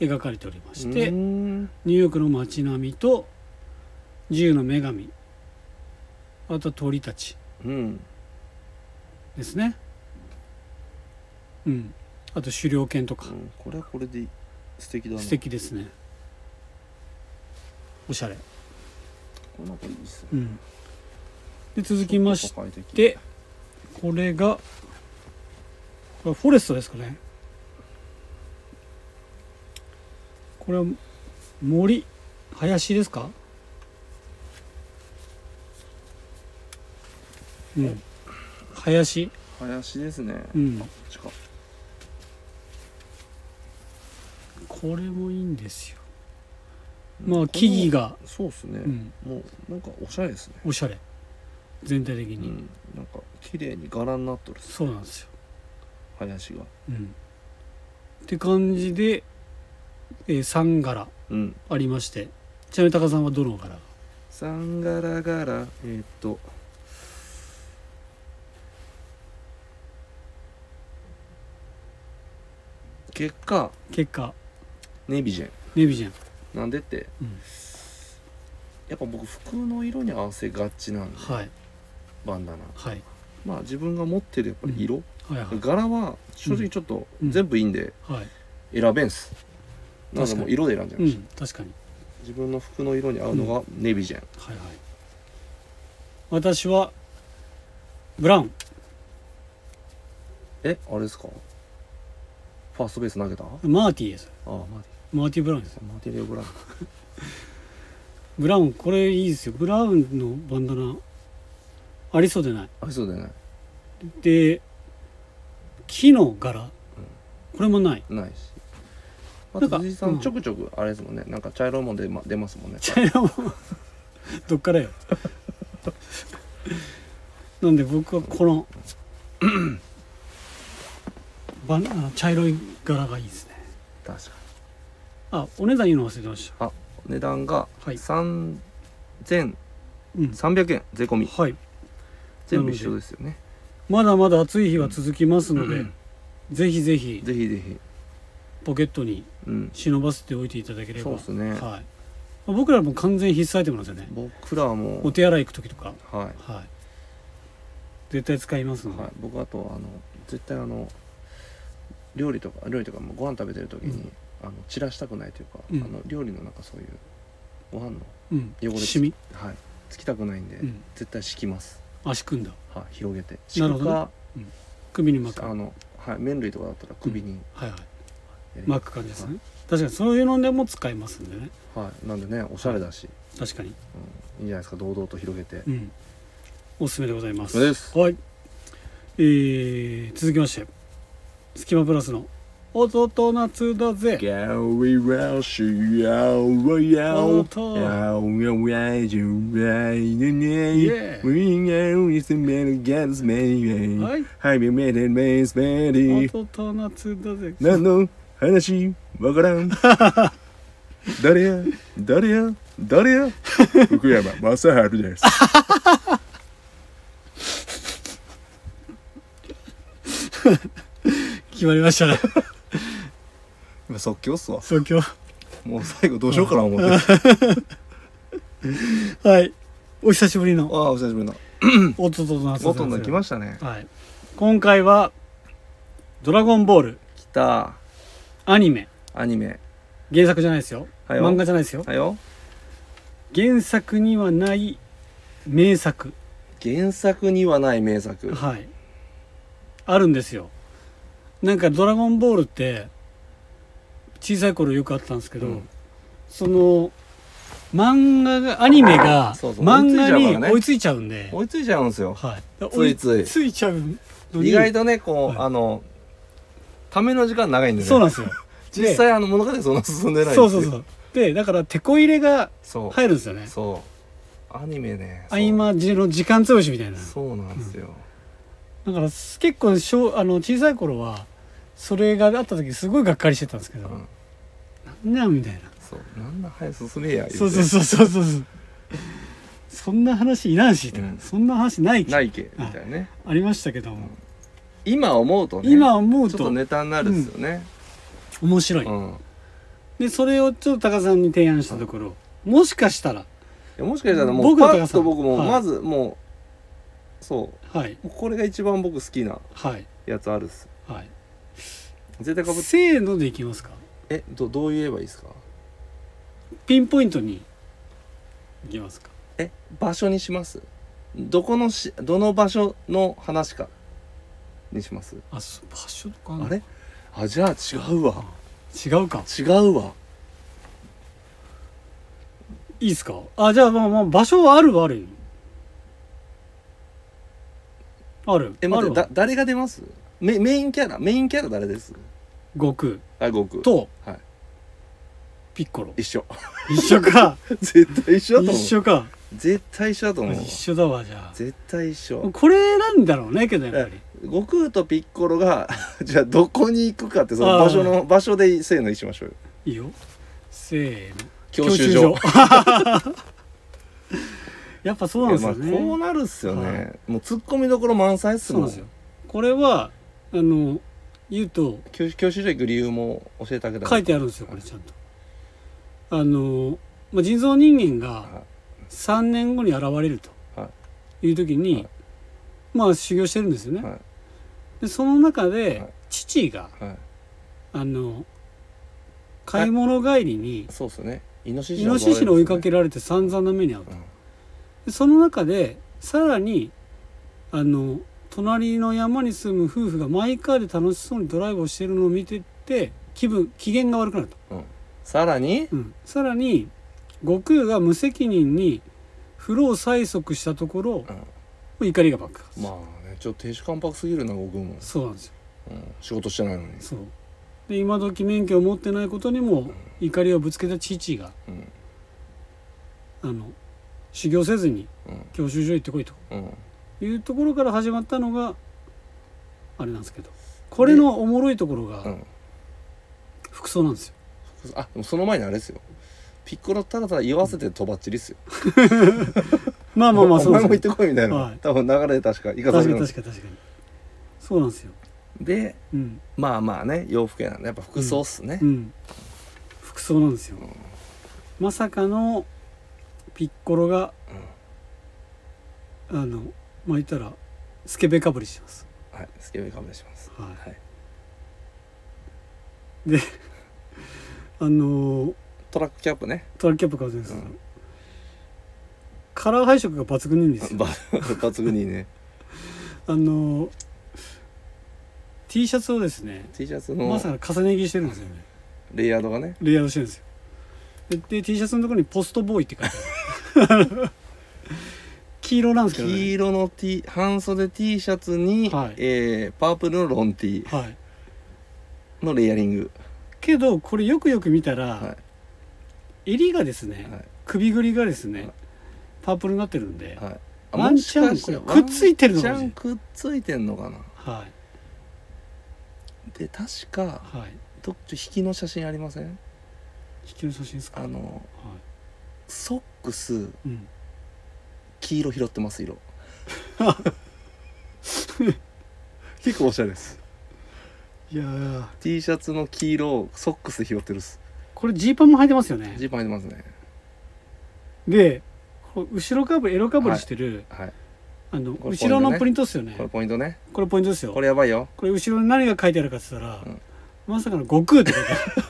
[SPEAKER 1] 描かれておりまして
[SPEAKER 2] うーん
[SPEAKER 1] ニューヨークの街並みと自由の女神あと鳥たち
[SPEAKER 2] うん
[SPEAKER 1] ですねうんあと狩猟犬とか
[SPEAKER 2] うんこれはこれで素敵だな
[SPEAKER 1] 素敵ですねおしゃれ
[SPEAKER 2] これなんかいいっすね
[SPEAKER 1] うんで続きまし
[SPEAKER 2] 社会的
[SPEAKER 1] てこれがこれはフォレストですかねこれは森林ですかうん林
[SPEAKER 2] 林ですね、
[SPEAKER 1] うん
[SPEAKER 2] こっちか
[SPEAKER 1] これもいいんですよまあ木々
[SPEAKER 2] が
[SPEAKER 1] が、
[SPEAKER 2] そうっすね、
[SPEAKER 1] うん、
[SPEAKER 2] もうなんかおしゃれですね
[SPEAKER 1] おしゃれ全体的
[SPEAKER 2] う
[SPEAKER 1] に、
[SPEAKER 2] んなんか綺麗に柄になっとるっす
[SPEAKER 1] そうなんですよ
[SPEAKER 2] 林が
[SPEAKER 1] うんって感じで、えー、3柄
[SPEAKER 2] うん
[SPEAKER 1] ありましてちなみに高さんはどの柄が
[SPEAKER 2] サンガラガラえーっと結果
[SPEAKER 1] 結果
[SPEAKER 2] ネビジェン
[SPEAKER 1] ネビジェン
[SPEAKER 2] なんでって、
[SPEAKER 1] うん
[SPEAKER 2] やっぱ僕服の色に合わせがちなんで
[SPEAKER 1] はい
[SPEAKER 2] バンダナ
[SPEAKER 1] はい
[SPEAKER 2] まあ自分が持ってるやっぱり色、
[SPEAKER 1] はいはい
[SPEAKER 2] 柄は正直ちょっと
[SPEAKER 1] うん
[SPEAKER 2] 全部いいんで
[SPEAKER 1] はい
[SPEAKER 2] 選べんす、なんかもう色で選んじゃいうました、
[SPEAKER 1] ん確かに
[SPEAKER 2] 自分の服の色に合うのがネビジェン、
[SPEAKER 1] はいはい私はブラウン
[SPEAKER 2] えあれですかファーストベース投げたあ
[SPEAKER 1] マーティーです
[SPEAKER 2] マテ
[SPEAKER 1] マーティーブラウンです
[SPEAKER 2] ィマティレオブラン
[SPEAKER 1] ブラウンこれいいですよブラウンのバンダナありそうでない
[SPEAKER 2] あそうだよね
[SPEAKER 1] で木の柄これもない
[SPEAKER 2] ないし
[SPEAKER 1] な
[SPEAKER 2] あと
[SPEAKER 1] んか
[SPEAKER 2] 辻井さん、
[SPEAKER 1] うん
[SPEAKER 2] ちょくちょくあれですもんねなんか茶色いもんで、ま、出ますもんね
[SPEAKER 1] 茶色も どっからよなんで僕はこの バンあの茶色い柄がいいですね
[SPEAKER 2] 確か
[SPEAKER 1] あお値段言うの忘れてまし
[SPEAKER 2] にあ値段が
[SPEAKER 1] はい
[SPEAKER 2] 3300円、
[SPEAKER 1] たうん
[SPEAKER 2] 税込み
[SPEAKER 1] はい
[SPEAKER 2] 全部一緒ですよね
[SPEAKER 1] まだまだ暑い日は続きますので、ぜひぜひ
[SPEAKER 2] ぜひぜひ
[SPEAKER 1] ポケットに
[SPEAKER 2] うん
[SPEAKER 1] 忍ばせておいていただければ
[SPEAKER 2] そうですね、
[SPEAKER 1] はいまあ、僕らも完全必須アイテムなんですよね
[SPEAKER 2] 僕らはも
[SPEAKER 1] お
[SPEAKER 2] う
[SPEAKER 1] 手洗い行く時とか
[SPEAKER 2] はい
[SPEAKER 1] はい絶対使いますので、
[SPEAKER 2] はい、僕あとあの絶対あの料理とか料理とかもご飯食べてる時に、
[SPEAKER 1] うん
[SPEAKER 2] あの散らしたくないというか、
[SPEAKER 1] うん
[SPEAKER 2] あの料理のなんかそういうご飯の
[SPEAKER 1] うん
[SPEAKER 2] 汚れ
[SPEAKER 1] シミ、
[SPEAKER 2] はいつきたくないんで、
[SPEAKER 1] うん、
[SPEAKER 2] 絶対敷きます、
[SPEAKER 1] 足組んだ
[SPEAKER 2] はい、広げて
[SPEAKER 1] なるほどね
[SPEAKER 2] 敷
[SPEAKER 1] 首に巻
[SPEAKER 2] く
[SPEAKER 1] く
[SPEAKER 2] か
[SPEAKER 1] は
[SPEAKER 2] あの、はい、麺類とかだったら首に
[SPEAKER 1] いはい
[SPEAKER 2] やり、
[SPEAKER 1] 巻く感じですね確かにそういうのでも使えますんでね
[SPEAKER 2] はい、なんでねおしゃれだし、
[SPEAKER 1] 確かに
[SPEAKER 2] うん、いいんじゃないですか堂々と広げて、
[SPEAKER 1] うんおすすめでございます
[SPEAKER 2] です
[SPEAKER 1] はいえー、続きましてスキマプラスの「おとと夏だぜ」
[SPEAKER 2] ギャリラシアロヤ
[SPEAKER 1] お
[SPEAKER 2] ル
[SPEAKER 1] っと
[SPEAKER 2] アウヤウヤジュライネ
[SPEAKER 1] イ
[SPEAKER 2] ネ
[SPEAKER 1] エー
[SPEAKER 2] ウィンガウィスメルガスメイ
[SPEAKER 1] はい
[SPEAKER 2] ハイビメデメイスメデ
[SPEAKER 1] お
[SPEAKER 2] ィ
[SPEAKER 1] とと夏だぜ
[SPEAKER 2] 何の話わからん誰や誰や誰や福山雅治です
[SPEAKER 1] 決まりましたね
[SPEAKER 2] 今即興っすわ
[SPEAKER 1] 即興
[SPEAKER 2] もう最後どうしようかな思ってあ
[SPEAKER 1] はいお久しぶりの
[SPEAKER 2] あお久しぶりの
[SPEAKER 1] 「おとと夏だぜ」
[SPEAKER 2] 元に来ましたね
[SPEAKER 1] はい、今回は「ドラゴンボール
[SPEAKER 2] 来た」
[SPEAKER 1] アニメ
[SPEAKER 2] アニメ
[SPEAKER 1] 原作じゃないですよ、
[SPEAKER 2] はいよ
[SPEAKER 1] 漫画じゃないですよ
[SPEAKER 2] はよ
[SPEAKER 1] 原作にはない名作
[SPEAKER 2] 原作にはない名作
[SPEAKER 1] はいあるんですよなんか「ドラゴンボール」って小さい頃よくあったんですけど、
[SPEAKER 2] うん
[SPEAKER 1] その漫画がアニメが
[SPEAKER 2] そうそう
[SPEAKER 1] 漫画
[SPEAKER 2] 追いついちゃう
[SPEAKER 1] に
[SPEAKER 2] からね
[SPEAKER 1] 追いついちゃうんで、
[SPEAKER 2] 追いついちゃうんですよ
[SPEAKER 1] はい、
[SPEAKER 2] ついつ
[SPEAKER 1] 追
[SPEAKER 2] い
[SPEAKER 1] ついちゃうのに
[SPEAKER 2] 意外とねこう、
[SPEAKER 1] はい
[SPEAKER 2] あのための時間長いんでね
[SPEAKER 1] そうなんですよ
[SPEAKER 2] 実際あの物語そんな進んでない
[SPEAKER 1] そうそうそううってだからテこ入れが
[SPEAKER 2] そう、
[SPEAKER 1] 入るんですよね
[SPEAKER 2] そうアニメね
[SPEAKER 1] 合間時の時間潰しみたいな
[SPEAKER 2] そうそうなんですよ、
[SPEAKER 1] だから結構小あの小さい頃はそれがあった時すごいがっかりしてたんですけ
[SPEAKER 2] う
[SPEAKER 1] ど、
[SPEAKER 2] ん
[SPEAKER 1] なんなんみたいな
[SPEAKER 2] そうなんだ早く進めや
[SPEAKER 1] そうそうそうそうそうそうそんな話いらんし、
[SPEAKER 2] うん
[SPEAKER 1] そんな話ない
[SPEAKER 2] 言うてないけみたいなね
[SPEAKER 1] ありましたけども、
[SPEAKER 2] 今思うとね
[SPEAKER 1] 今思う
[SPEAKER 2] ちょっと
[SPEAKER 1] と
[SPEAKER 2] ネタになるっすよね、
[SPEAKER 1] 面白い、
[SPEAKER 2] うんい
[SPEAKER 1] でそれをちょっと高さんに提案したところ、もしかしたら
[SPEAKER 2] やもしかしたらもう
[SPEAKER 1] 僕
[SPEAKER 2] パ
[SPEAKER 1] の高さ
[SPEAKER 2] ッと僕も
[SPEAKER 1] はい
[SPEAKER 2] まずもうそ
[SPEAKER 1] はいう
[SPEAKER 2] これが一番僕好きな
[SPEAKER 1] はい
[SPEAKER 2] やつあるっす
[SPEAKER 1] はい
[SPEAKER 2] 絶対かぶって
[SPEAKER 1] せーのでいきますか
[SPEAKER 2] えどどう言えばいいですか
[SPEAKER 1] ピンポイントにいきますか
[SPEAKER 2] え場所にしますどこのしどの場所の話かにします
[SPEAKER 1] あそ場所とか
[SPEAKER 2] あれあじゃあ違うわ
[SPEAKER 1] 違うか
[SPEAKER 2] 違うわ
[SPEAKER 1] いいっすかあじゃあまあまあ場所はあるはあるよある
[SPEAKER 2] え待っ
[SPEAKER 1] あ
[SPEAKER 2] て
[SPEAKER 1] るわ
[SPEAKER 2] だ誰が出ますメメインキャラメインキャラ誰です
[SPEAKER 1] 悟空
[SPEAKER 2] あ悟空
[SPEAKER 1] と
[SPEAKER 2] はい
[SPEAKER 1] ピッコロ
[SPEAKER 2] 一緒
[SPEAKER 1] 一緒か
[SPEAKER 2] 絶対一緒だと
[SPEAKER 1] 一
[SPEAKER 2] 思う
[SPEAKER 1] 緒か
[SPEAKER 2] 絶対一緒だと思う
[SPEAKER 1] 一緒だわじゃ
[SPEAKER 2] 絶対一
[SPEAKER 1] あ
[SPEAKER 2] 緒
[SPEAKER 1] これなんだろうねけどやっぱり
[SPEAKER 2] 悟空とピッコロが じゃあどこに行くかってその場所の場所でせーのにしましょうよ
[SPEAKER 1] いいよせーの
[SPEAKER 2] 教習所
[SPEAKER 1] 教 やっぱそうなんですよ
[SPEAKER 2] いやまあこう
[SPEAKER 1] ね
[SPEAKER 2] なるっすよね、
[SPEAKER 1] は
[SPEAKER 2] もうツッコミどころ満載っす
[SPEAKER 1] そう
[SPEAKER 2] も
[SPEAKER 1] なん
[SPEAKER 2] ん
[SPEAKER 1] ですよこれはあの言うと
[SPEAKER 2] 教教習所行く理由も教えてあげた
[SPEAKER 1] 書い
[SPEAKER 2] て
[SPEAKER 1] てあるんですよこれちゃんとあの、まあ、人造人間
[SPEAKER 2] は
[SPEAKER 1] が
[SPEAKER 2] い
[SPEAKER 1] 3年後に現れる
[SPEAKER 2] は
[SPEAKER 1] という時に、
[SPEAKER 2] はい
[SPEAKER 1] まあ修行してるんですよね、
[SPEAKER 2] はい
[SPEAKER 1] でその中で、
[SPEAKER 2] はい
[SPEAKER 1] 父が
[SPEAKER 2] はい
[SPEAKER 1] あの買い物帰りに
[SPEAKER 2] そうっすよねイノシシ
[SPEAKER 1] イノシシの追いかけ
[SPEAKER 2] る、
[SPEAKER 1] られて散々な目に遭うと
[SPEAKER 2] うん
[SPEAKER 1] でその中でさらにあの隣の山に住む夫婦がマイカーで楽しそうにドライブをしてるのを見てって気分機嫌が悪くなると、
[SPEAKER 2] さらに
[SPEAKER 1] うん、さらに悟空が無責任に風呂を催促したところ、怒りが爆発、
[SPEAKER 2] まあねちょっと亭主関白すぎるな悟空も、
[SPEAKER 1] そうなんですよ
[SPEAKER 2] うん、仕事してないのに、
[SPEAKER 1] そうで今時免許を持ってないことにも怒りをぶつけた父が
[SPEAKER 2] うん
[SPEAKER 1] あの修行せずに教習所行ってこいと
[SPEAKER 2] うんうん、
[SPEAKER 1] いうところから始まったのがあれなんですけどこれのおもろいところ
[SPEAKER 2] う
[SPEAKER 1] が
[SPEAKER 2] ん
[SPEAKER 1] 服装なんですよ、
[SPEAKER 2] あでもその前にあれですよピッコロただただ言わせてとばっちりっすよ、
[SPEAKER 1] まあまあまあ
[SPEAKER 2] お
[SPEAKER 1] そう
[SPEAKER 2] 前
[SPEAKER 1] なん
[SPEAKER 2] も
[SPEAKER 1] で
[SPEAKER 2] 行
[SPEAKER 1] すよ
[SPEAKER 2] ってこいみたいな、
[SPEAKER 1] はい
[SPEAKER 2] 多分流れで確か行かさ
[SPEAKER 1] 確
[SPEAKER 2] れ
[SPEAKER 1] か
[SPEAKER 2] るん
[SPEAKER 1] に
[SPEAKER 2] です
[SPEAKER 1] 確かに確かにそうなんですよ
[SPEAKER 2] で
[SPEAKER 1] うん
[SPEAKER 2] まあまあね洋服屋なんでやっぱ服装っすね
[SPEAKER 1] う、ん服装なんですよ、まさかのピッコロが、あのまあ言ったらスケベかぶりしてます
[SPEAKER 2] はいスケベ勘弁します
[SPEAKER 1] はい
[SPEAKER 2] はい
[SPEAKER 1] あのー
[SPEAKER 2] トラックキャップね
[SPEAKER 1] トラックキャップかぶってるんですけど、
[SPEAKER 2] うん
[SPEAKER 1] カラー配色が抜群にいいんですよ
[SPEAKER 2] ば抜群にね
[SPEAKER 1] あの T シャツをですね
[SPEAKER 2] T シャツ
[SPEAKER 1] ま
[SPEAKER 2] の
[SPEAKER 1] さか重ね着してるんですよね
[SPEAKER 2] レイヤードがね
[SPEAKER 1] レイヤードしてるんですよでで T シャツのところに「ポストボーイ」って書いてある 黄色なんですけど
[SPEAKER 2] 黄
[SPEAKER 1] ね
[SPEAKER 2] 色の T 半袖 T シャツに、
[SPEAKER 1] はい
[SPEAKER 2] えーパープルのロン T
[SPEAKER 1] はい
[SPEAKER 2] のレイヤリング
[SPEAKER 1] けどこれよくよく見たら、
[SPEAKER 2] は
[SPEAKER 1] 襟がです
[SPEAKER 2] い
[SPEAKER 1] ね、
[SPEAKER 2] はい
[SPEAKER 1] 首ぐりがですね、
[SPEAKER 2] はい
[SPEAKER 1] パープルになってるんで、
[SPEAKER 2] はいあ
[SPEAKER 1] ワンチャン
[SPEAKER 2] もしかしたら
[SPEAKER 1] これくっついてるのかも
[SPEAKER 2] ワ
[SPEAKER 1] し
[SPEAKER 2] ン
[SPEAKER 1] れ
[SPEAKER 2] チ
[SPEAKER 1] な
[SPEAKER 2] ャ
[SPEAKER 1] い
[SPEAKER 2] ンくっついてんのかな
[SPEAKER 1] はい
[SPEAKER 2] で確か
[SPEAKER 1] はい
[SPEAKER 2] どっち引きの写真ありません
[SPEAKER 1] 引きの写真ですか
[SPEAKER 2] あの
[SPEAKER 1] は
[SPEAKER 2] ソックス
[SPEAKER 1] いうん、
[SPEAKER 2] 黄色拾ってま す色結構おしゃれです
[SPEAKER 1] いやー
[SPEAKER 2] T シャツの黄色をソックスで拾ってるっす
[SPEAKER 1] これジーパンも履いてますよね
[SPEAKER 2] ジーパン入ってますね
[SPEAKER 1] でこう後ろかぶりエロかぶりしてる、
[SPEAKER 2] はい
[SPEAKER 1] あの
[SPEAKER 2] これ
[SPEAKER 1] 後ろのプ
[SPEAKER 2] ポ
[SPEAKER 1] リントですよね
[SPEAKER 2] これポイントね
[SPEAKER 1] これポイントですよ
[SPEAKER 2] こ
[SPEAKER 1] これ
[SPEAKER 2] れやばいよ
[SPEAKER 1] 後ろに何が書いてあるかって言ったら、
[SPEAKER 2] うん
[SPEAKER 1] まさかの悟空って書い てある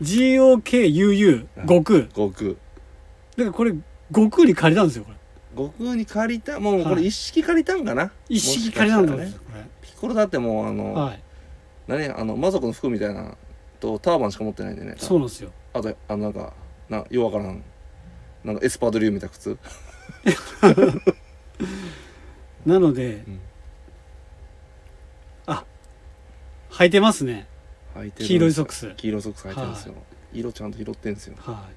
[SPEAKER 1] GOKUU
[SPEAKER 2] はい
[SPEAKER 1] 悟空だか
[SPEAKER 2] 悟空
[SPEAKER 1] らこれ悟空に借りたんですよこれ
[SPEAKER 2] 悟空に借りたもうこ
[SPEAKER 1] は
[SPEAKER 2] れ
[SPEAKER 1] い
[SPEAKER 2] 一式借りたんかな
[SPEAKER 1] 一式借りたんだ
[SPEAKER 2] も
[SPEAKER 1] ね
[SPEAKER 2] しかしたらピッコロだってもうあの、
[SPEAKER 1] はい
[SPEAKER 2] 何あの魔族の服みたいなとターバンしか持ってないんでね
[SPEAKER 1] そうなんですよ
[SPEAKER 2] あとあのなんかなようわからんなんかエスパードリューみたいな靴、
[SPEAKER 1] なので履いてますね
[SPEAKER 2] 履いてる
[SPEAKER 1] 黄色いソックス
[SPEAKER 2] 黄色いソックス履いてるんですよ、色ちゃんと拾ってんですよ、
[SPEAKER 1] は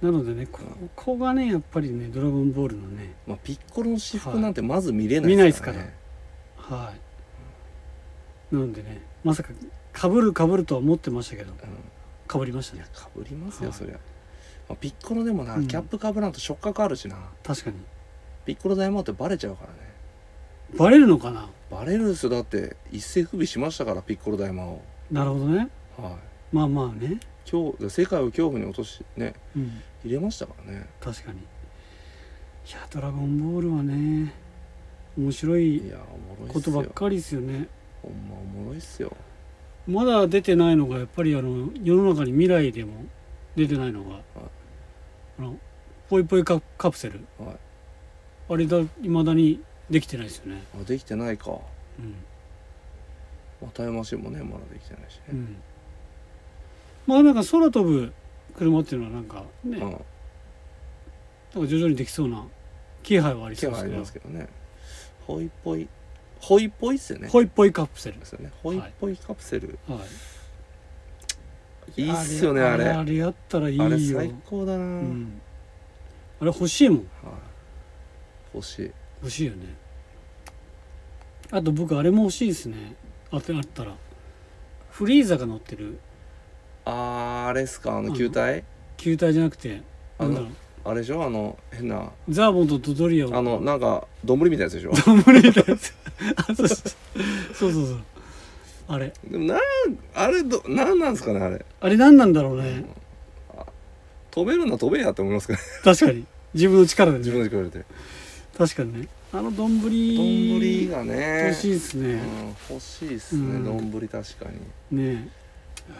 [SPEAKER 1] いなのでねここがねやっぱりね「ドラゴンボール」のね
[SPEAKER 2] まあ、ピッコロの私服なんてまず見れない
[SPEAKER 1] 見ないですから
[SPEAKER 2] ね
[SPEAKER 1] はいなんでねまさかかぶるかぶるとは思ってましたけど
[SPEAKER 2] うん
[SPEAKER 1] かぶりました
[SPEAKER 2] いや
[SPEAKER 1] ね
[SPEAKER 2] かぶりますよ、
[SPEAKER 1] はい
[SPEAKER 2] そりゃ、まあ、ピッコロでもな、
[SPEAKER 1] うん
[SPEAKER 2] キャップかぶらんと触覚あるしな
[SPEAKER 1] 確かに
[SPEAKER 2] ピッコロ大魔王ってバレちゃうからね
[SPEAKER 1] バレるのかな
[SPEAKER 2] バレるんですよだって一世不備しましたからピッコロ大魔王
[SPEAKER 1] なるほどね
[SPEAKER 2] はい
[SPEAKER 1] まあまあね
[SPEAKER 2] 恐世界を恐怖に落としね
[SPEAKER 1] うん
[SPEAKER 2] 入れましたからね
[SPEAKER 1] 確かにいや「ドラゴンボール」はね面白い
[SPEAKER 2] いやおもろい
[SPEAKER 1] こ
[SPEAKER 2] っす
[SPEAKER 1] と
[SPEAKER 2] よ
[SPEAKER 1] ばっかりですよね
[SPEAKER 2] ほんまおもろいっすよ
[SPEAKER 1] まだ出てないのがやっぱりあの世の中に未来でも出てないのが、あのポイポイカカプセル
[SPEAKER 2] はい
[SPEAKER 1] あれだ未だにできてないですよね
[SPEAKER 2] あできてないか
[SPEAKER 1] うん、
[SPEAKER 2] 又山市もねまだできてないし
[SPEAKER 1] う
[SPEAKER 2] ね、
[SPEAKER 1] ん、まあなんか空飛ぶ車っていうのはなんかね、
[SPEAKER 2] う
[SPEAKER 1] なん
[SPEAKER 2] ん
[SPEAKER 1] か徐々にできそうな気配はあり
[SPEAKER 2] 気
[SPEAKER 1] そう
[SPEAKER 2] は
[SPEAKER 1] ですけ
[SPEAKER 2] ありま
[SPEAKER 1] ど
[SPEAKER 2] すけどねホイポイホイポイっすよね
[SPEAKER 1] ポイポイカプセル
[SPEAKER 2] ですよねホイポイカプセル、
[SPEAKER 1] はい
[SPEAKER 2] い、いっすよねあれ
[SPEAKER 1] あれやったらいいよ
[SPEAKER 2] あれ最高だ
[SPEAKER 1] う
[SPEAKER 2] な、
[SPEAKER 1] ん、あれ欲しいもん
[SPEAKER 2] はい、欲しい
[SPEAKER 1] 欲しいよねあと僕あれも欲しいですねあてあったらフリーザが乗ってる
[SPEAKER 2] あーあれっすかあの球体
[SPEAKER 1] 球体じゃなくて
[SPEAKER 2] あ
[SPEAKER 1] な
[SPEAKER 2] の
[SPEAKER 1] んだろう
[SPEAKER 2] あれでしょあの変な
[SPEAKER 1] ザーボンとドドリアを
[SPEAKER 2] あのなんか丼みたいなやつでしょ
[SPEAKER 1] 無理だやつあそうそうそうそうそうあれ
[SPEAKER 2] でもなんあれどなんなんですかねあれ
[SPEAKER 1] あれ何なんだろうね
[SPEAKER 2] 飛べるな飛べやって思いますけど
[SPEAKER 1] 確かに自分の力で、ね、
[SPEAKER 2] 自分で比べて
[SPEAKER 1] 確かにねあの丼
[SPEAKER 2] 丼
[SPEAKER 1] 欲
[SPEAKER 2] がね
[SPEAKER 1] しいです
[SPEAKER 2] う
[SPEAKER 1] ね
[SPEAKER 2] ん、欲しいっす
[SPEAKER 1] う
[SPEAKER 2] ね
[SPEAKER 1] ん
[SPEAKER 2] 丼、ぶり確かに
[SPEAKER 1] ね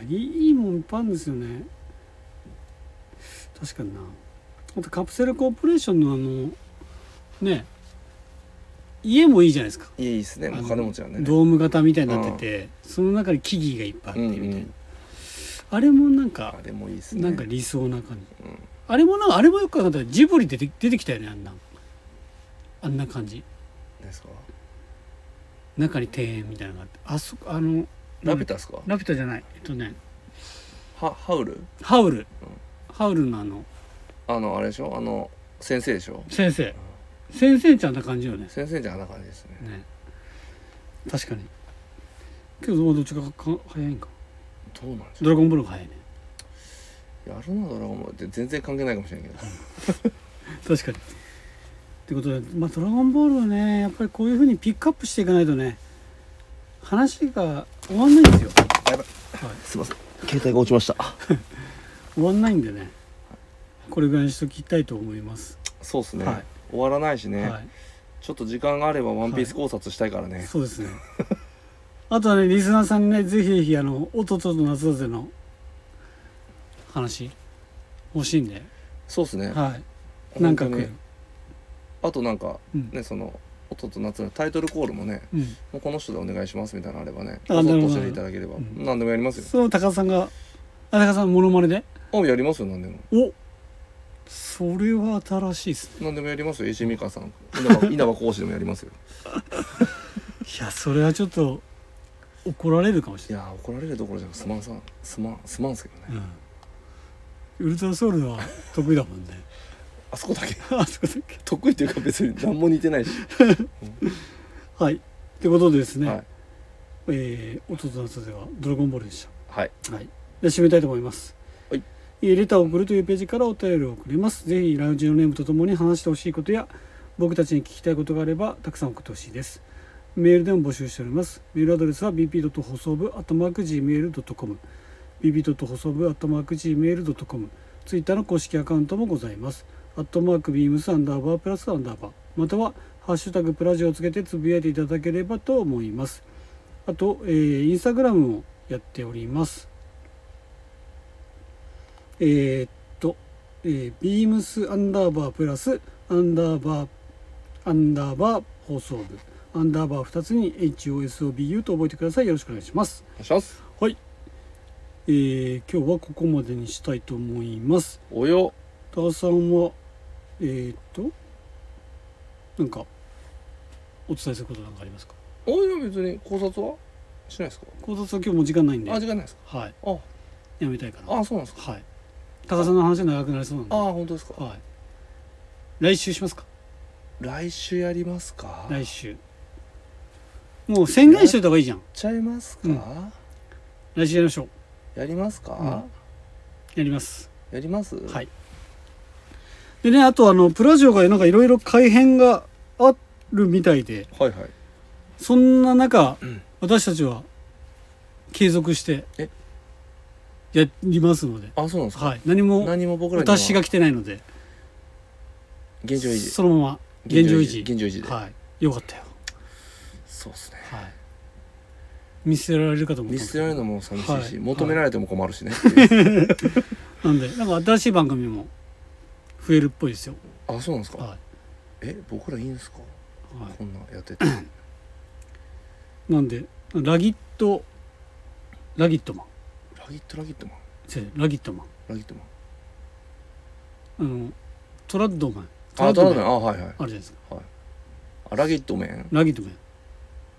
[SPEAKER 1] えいいいいもんいっぱいあるんですよね確かになあとカプセルコーポレーションのあのね家もいいじゃないですか、
[SPEAKER 2] いいっすねもう金持ちはね
[SPEAKER 1] ドーム型みたいになってて、その中に木々がいっぱいあっ
[SPEAKER 2] う
[SPEAKER 1] てみ
[SPEAKER 2] ん
[SPEAKER 1] たいな、
[SPEAKER 2] うん
[SPEAKER 1] あれもなんか
[SPEAKER 2] あ、れもいいっすね
[SPEAKER 1] なんか理想な感じ
[SPEAKER 2] うん
[SPEAKER 1] あれもなんかあれもよく考えたらジブリ出て出てきたよねあんなあんな感じ
[SPEAKER 2] ですか
[SPEAKER 1] 中に庭園みたいなのがあってあそこあの
[SPEAKER 2] ラピュタっすか
[SPEAKER 1] ラピュタじゃないえっとね
[SPEAKER 2] はハウル
[SPEAKER 1] ハウル、ハウルのあの
[SPEAKER 2] あのあれでしょあの先生でしょ
[SPEAKER 1] 先生先生ちゃんな感じよね
[SPEAKER 2] 先生じゃあんな感じですね
[SPEAKER 1] ね確かにけどどっちがかか早いんか
[SPEAKER 2] どうなんでしょう
[SPEAKER 1] ドラゴンボールが早いね
[SPEAKER 2] やるなドラゴンボールって全然関係ないかもしれんけど
[SPEAKER 1] 確かにってことで、まあ、ドラゴンボールはねやっぱりこういうふうにピックアップしていかないとね話が終わんないんですよ
[SPEAKER 2] すいません携帯が落ちました
[SPEAKER 1] 終わんないんでねこれぐらいにしときたいと思います、
[SPEAKER 2] そうっすね、
[SPEAKER 1] はい
[SPEAKER 2] 終わらないしね、
[SPEAKER 1] はい
[SPEAKER 2] ちょっと時間があればワンピース考察したいからね、
[SPEAKER 1] そうですねあとはねリスナーさんにねぜひぜひあの弟と夏だぜの話欲しいんで
[SPEAKER 2] そうっすね、
[SPEAKER 1] はい
[SPEAKER 2] い
[SPEAKER 1] なんか
[SPEAKER 2] ね
[SPEAKER 1] ね、
[SPEAKER 2] あとなんか
[SPEAKER 1] うん
[SPEAKER 2] ねその音と夏のタイトルコールもね
[SPEAKER 1] うん、
[SPEAKER 2] もうこの人でお願いしますみたいなのあればね
[SPEAKER 1] あ
[SPEAKER 2] こそっ
[SPEAKER 1] なる
[SPEAKER 2] と
[SPEAKER 1] ほど
[SPEAKER 2] していただければ、
[SPEAKER 1] うん
[SPEAKER 2] 何でもやりますよ
[SPEAKER 1] そう高田さんがあ高田さんモノマネで
[SPEAKER 2] あやりますよ何でも
[SPEAKER 1] おそれは新しいですね
[SPEAKER 2] 何でもやりますよ石井美香さん稲葉 稲葉講師でもやりますよ
[SPEAKER 1] いやそれはちょっと怒られるかもし
[SPEAKER 2] い
[SPEAKER 1] れ
[SPEAKER 2] やー怒られるどころじゃすまんさんすまんすまんすけどね、
[SPEAKER 1] ない、うん、ウルトラソウルは得意だもんね
[SPEAKER 2] あそこだけ
[SPEAKER 1] あそこだっけ
[SPEAKER 2] 得意というか別に何も似てないし、
[SPEAKER 1] はいってことでですね、
[SPEAKER 2] はい
[SPEAKER 1] えー、弟の後では「ドラゴンボール」でし
[SPEAKER 2] はい
[SPEAKER 1] たはいで締めたいと思います
[SPEAKER 2] はい
[SPEAKER 1] えーレターを送るというページからお便りを送れますぜひラウンジのネームとともに話してほしいことや僕たちに聞きたいことがあればたくさん送ってほしいですメールでも募集しておりますメールアドレスは bp. 放送部 atmarkgmail.com bp. 放送部 atmarkgmail.com ツイッターの公式アカウントもございますアットマークビームスアンダーバープラスアンダーバーまたはハッシュタグプラジオをつけてつぶやいていただければと思いますあと、えーインスタグラムもやっております。えーっと、えー、ビームスアンダーバープラスアンダーバーアンダーバー放送部アンダーバー2つに HOSOBU と覚えてください。よろしくお願いします。
[SPEAKER 2] お願いします
[SPEAKER 1] えー今日はここまでにしたいと思います。
[SPEAKER 2] およ
[SPEAKER 1] タワさんは、えーっと、なんか、お伝えすることなんかありますか
[SPEAKER 2] あいや別に考察はしないですか
[SPEAKER 1] 考察は今日もう時間ないんで、
[SPEAKER 2] あ
[SPEAKER 1] は
[SPEAKER 2] 時間ないですか
[SPEAKER 1] い。
[SPEAKER 2] あ
[SPEAKER 1] やめたいかな
[SPEAKER 2] ああ、そうなんですか。
[SPEAKER 1] はい高田さんの話は長くなりそうなんで
[SPEAKER 2] ああ、本当ですか。
[SPEAKER 1] はい来週しますか
[SPEAKER 2] 来週やりますか。やっ
[SPEAKER 1] 来週もう宣言しといた方がいいじゃん
[SPEAKER 2] ちゃいますか。
[SPEAKER 1] うん来週やりましょう
[SPEAKER 2] やりますか。
[SPEAKER 1] やります
[SPEAKER 2] やります。
[SPEAKER 1] はいでねあとあのプラジオがなんかいろいろ改編があるみたいで
[SPEAKER 2] はいはい。
[SPEAKER 1] そんな中、
[SPEAKER 2] ん
[SPEAKER 1] 私たちは継続して
[SPEAKER 2] え
[SPEAKER 1] やりますので、
[SPEAKER 2] あ、そうなんですか。
[SPEAKER 1] はい、何も
[SPEAKER 2] 何も僕らには
[SPEAKER 1] 私が来てないので
[SPEAKER 2] 現状維持。
[SPEAKER 1] そのまま現状維持
[SPEAKER 2] 現状維持で。
[SPEAKER 1] はい、よかったよ、
[SPEAKER 2] そうですね。
[SPEAKER 1] はい、見捨てられるかと思っ
[SPEAKER 2] 見
[SPEAKER 1] たんです
[SPEAKER 2] 捨てられるのも寂しいし、
[SPEAKER 1] はい
[SPEAKER 2] 求められても困るしねっていう。
[SPEAKER 1] なんでなんか新しい番組も増えるっぽいですよ、
[SPEAKER 2] あ、そうなんですか。
[SPEAKER 1] は
[SPEAKER 2] え、僕らいいんですか。
[SPEAKER 1] いは
[SPEAKER 2] こんなんやっ てて。
[SPEAKER 1] い、なんでラギットラギットマン
[SPEAKER 2] ラギットラギットマン。
[SPEAKER 1] 違うラギットマン
[SPEAKER 2] ラギットマン。
[SPEAKER 1] あのトラッドマン
[SPEAKER 2] あ、ドラマ
[SPEAKER 1] ン
[SPEAKER 2] ン。あ、はいはい。
[SPEAKER 1] あるじゃないですか
[SPEAKER 2] あラギットメン。
[SPEAKER 1] ラギットマン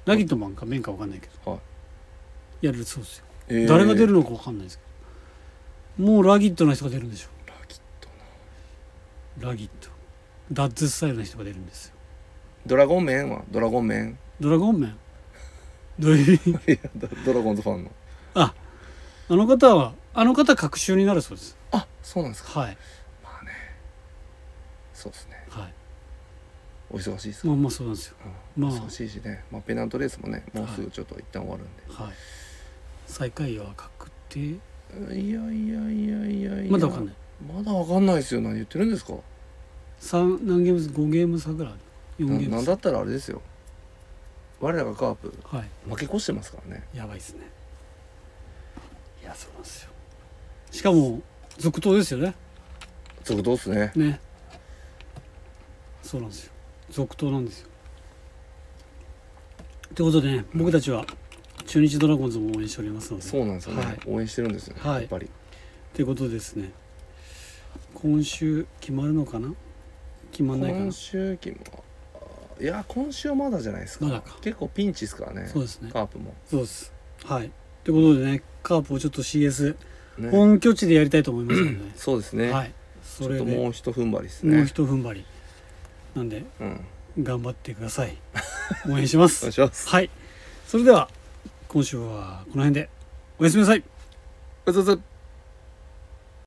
[SPEAKER 1] ラギットマンか面かわかんないけど、
[SPEAKER 2] はい
[SPEAKER 1] やるそうですよ、
[SPEAKER 2] えー
[SPEAKER 1] 誰が出るのかわかんないですけどもうラギットな人が出るんでしょ
[SPEAKER 2] ラギットな
[SPEAKER 1] うラギットダッズスタイルな人が出るんですよ
[SPEAKER 2] ドラゴンメンはドラゴンメ ン
[SPEAKER 1] ドラゴンメンどういう意味
[SPEAKER 2] いやドドラゴンズファンの
[SPEAKER 1] あの方はあの方隔週になるそうです
[SPEAKER 2] あそうなんですか
[SPEAKER 1] はい
[SPEAKER 2] まあねそうですね
[SPEAKER 1] はい
[SPEAKER 2] お忙しいですか、
[SPEAKER 1] まあまあそうなんですよ
[SPEAKER 2] うん
[SPEAKER 1] まあ
[SPEAKER 2] 忙しいしね、まあ、ペナントレースもねもうすぐちょっと一旦終わるんで、
[SPEAKER 1] はい最下位は確定
[SPEAKER 2] い、やいやいやいやいや
[SPEAKER 1] まだわかんない
[SPEAKER 2] まだわかんないですよ何言ってるんですか
[SPEAKER 1] 三何ゲーム5ゲーム差ぐらいある
[SPEAKER 2] な
[SPEAKER 1] 4ゲー
[SPEAKER 2] な
[SPEAKER 1] ム
[SPEAKER 2] ん
[SPEAKER 1] 差
[SPEAKER 2] だったらあれですよ我らがカープ
[SPEAKER 1] はい
[SPEAKER 2] 負け越してますからね
[SPEAKER 1] やばいですねいやそうなんですよしかも続投ですよね
[SPEAKER 2] 続投っすね
[SPEAKER 1] ねそうなんですよ続投なんですよということでね僕たちは中日ドラゴンズも応援しておりますので
[SPEAKER 2] そうなんですよね、
[SPEAKER 1] はい
[SPEAKER 2] 応援してるんですよね、
[SPEAKER 1] はい
[SPEAKER 2] やっぱり
[SPEAKER 1] ということでですね今週決まるのかな決まんないかな
[SPEAKER 2] 今週期もあいや今週はまだじゃないですか,、
[SPEAKER 1] まだか
[SPEAKER 2] 結構ピンチですからね
[SPEAKER 1] そうですね
[SPEAKER 2] カープも、
[SPEAKER 1] そうですはいということでねカープをちょっと CS
[SPEAKER 2] ね、
[SPEAKER 1] 本拠地でやりたいと思いますので、ね
[SPEAKER 2] そうですね、
[SPEAKER 1] はいそ
[SPEAKER 2] ちょっ
[SPEAKER 1] れで
[SPEAKER 2] と
[SPEAKER 1] も
[SPEAKER 2] もうひと踏ん張りですね
[SPEAKER 1] う一踏ん張りなんで
[SPEAKER 2] うん、
[SPEAKER 1] 頑張ってくだ さい応援しま
[SPEAKER 2] お願
[SPEAKER 1] す
[SPEAKER 2] いしま す
[SPEAKER 1] はいそれでは今週はこの辺でおやすみなさい
[SPEAKER 2] おやすみなさい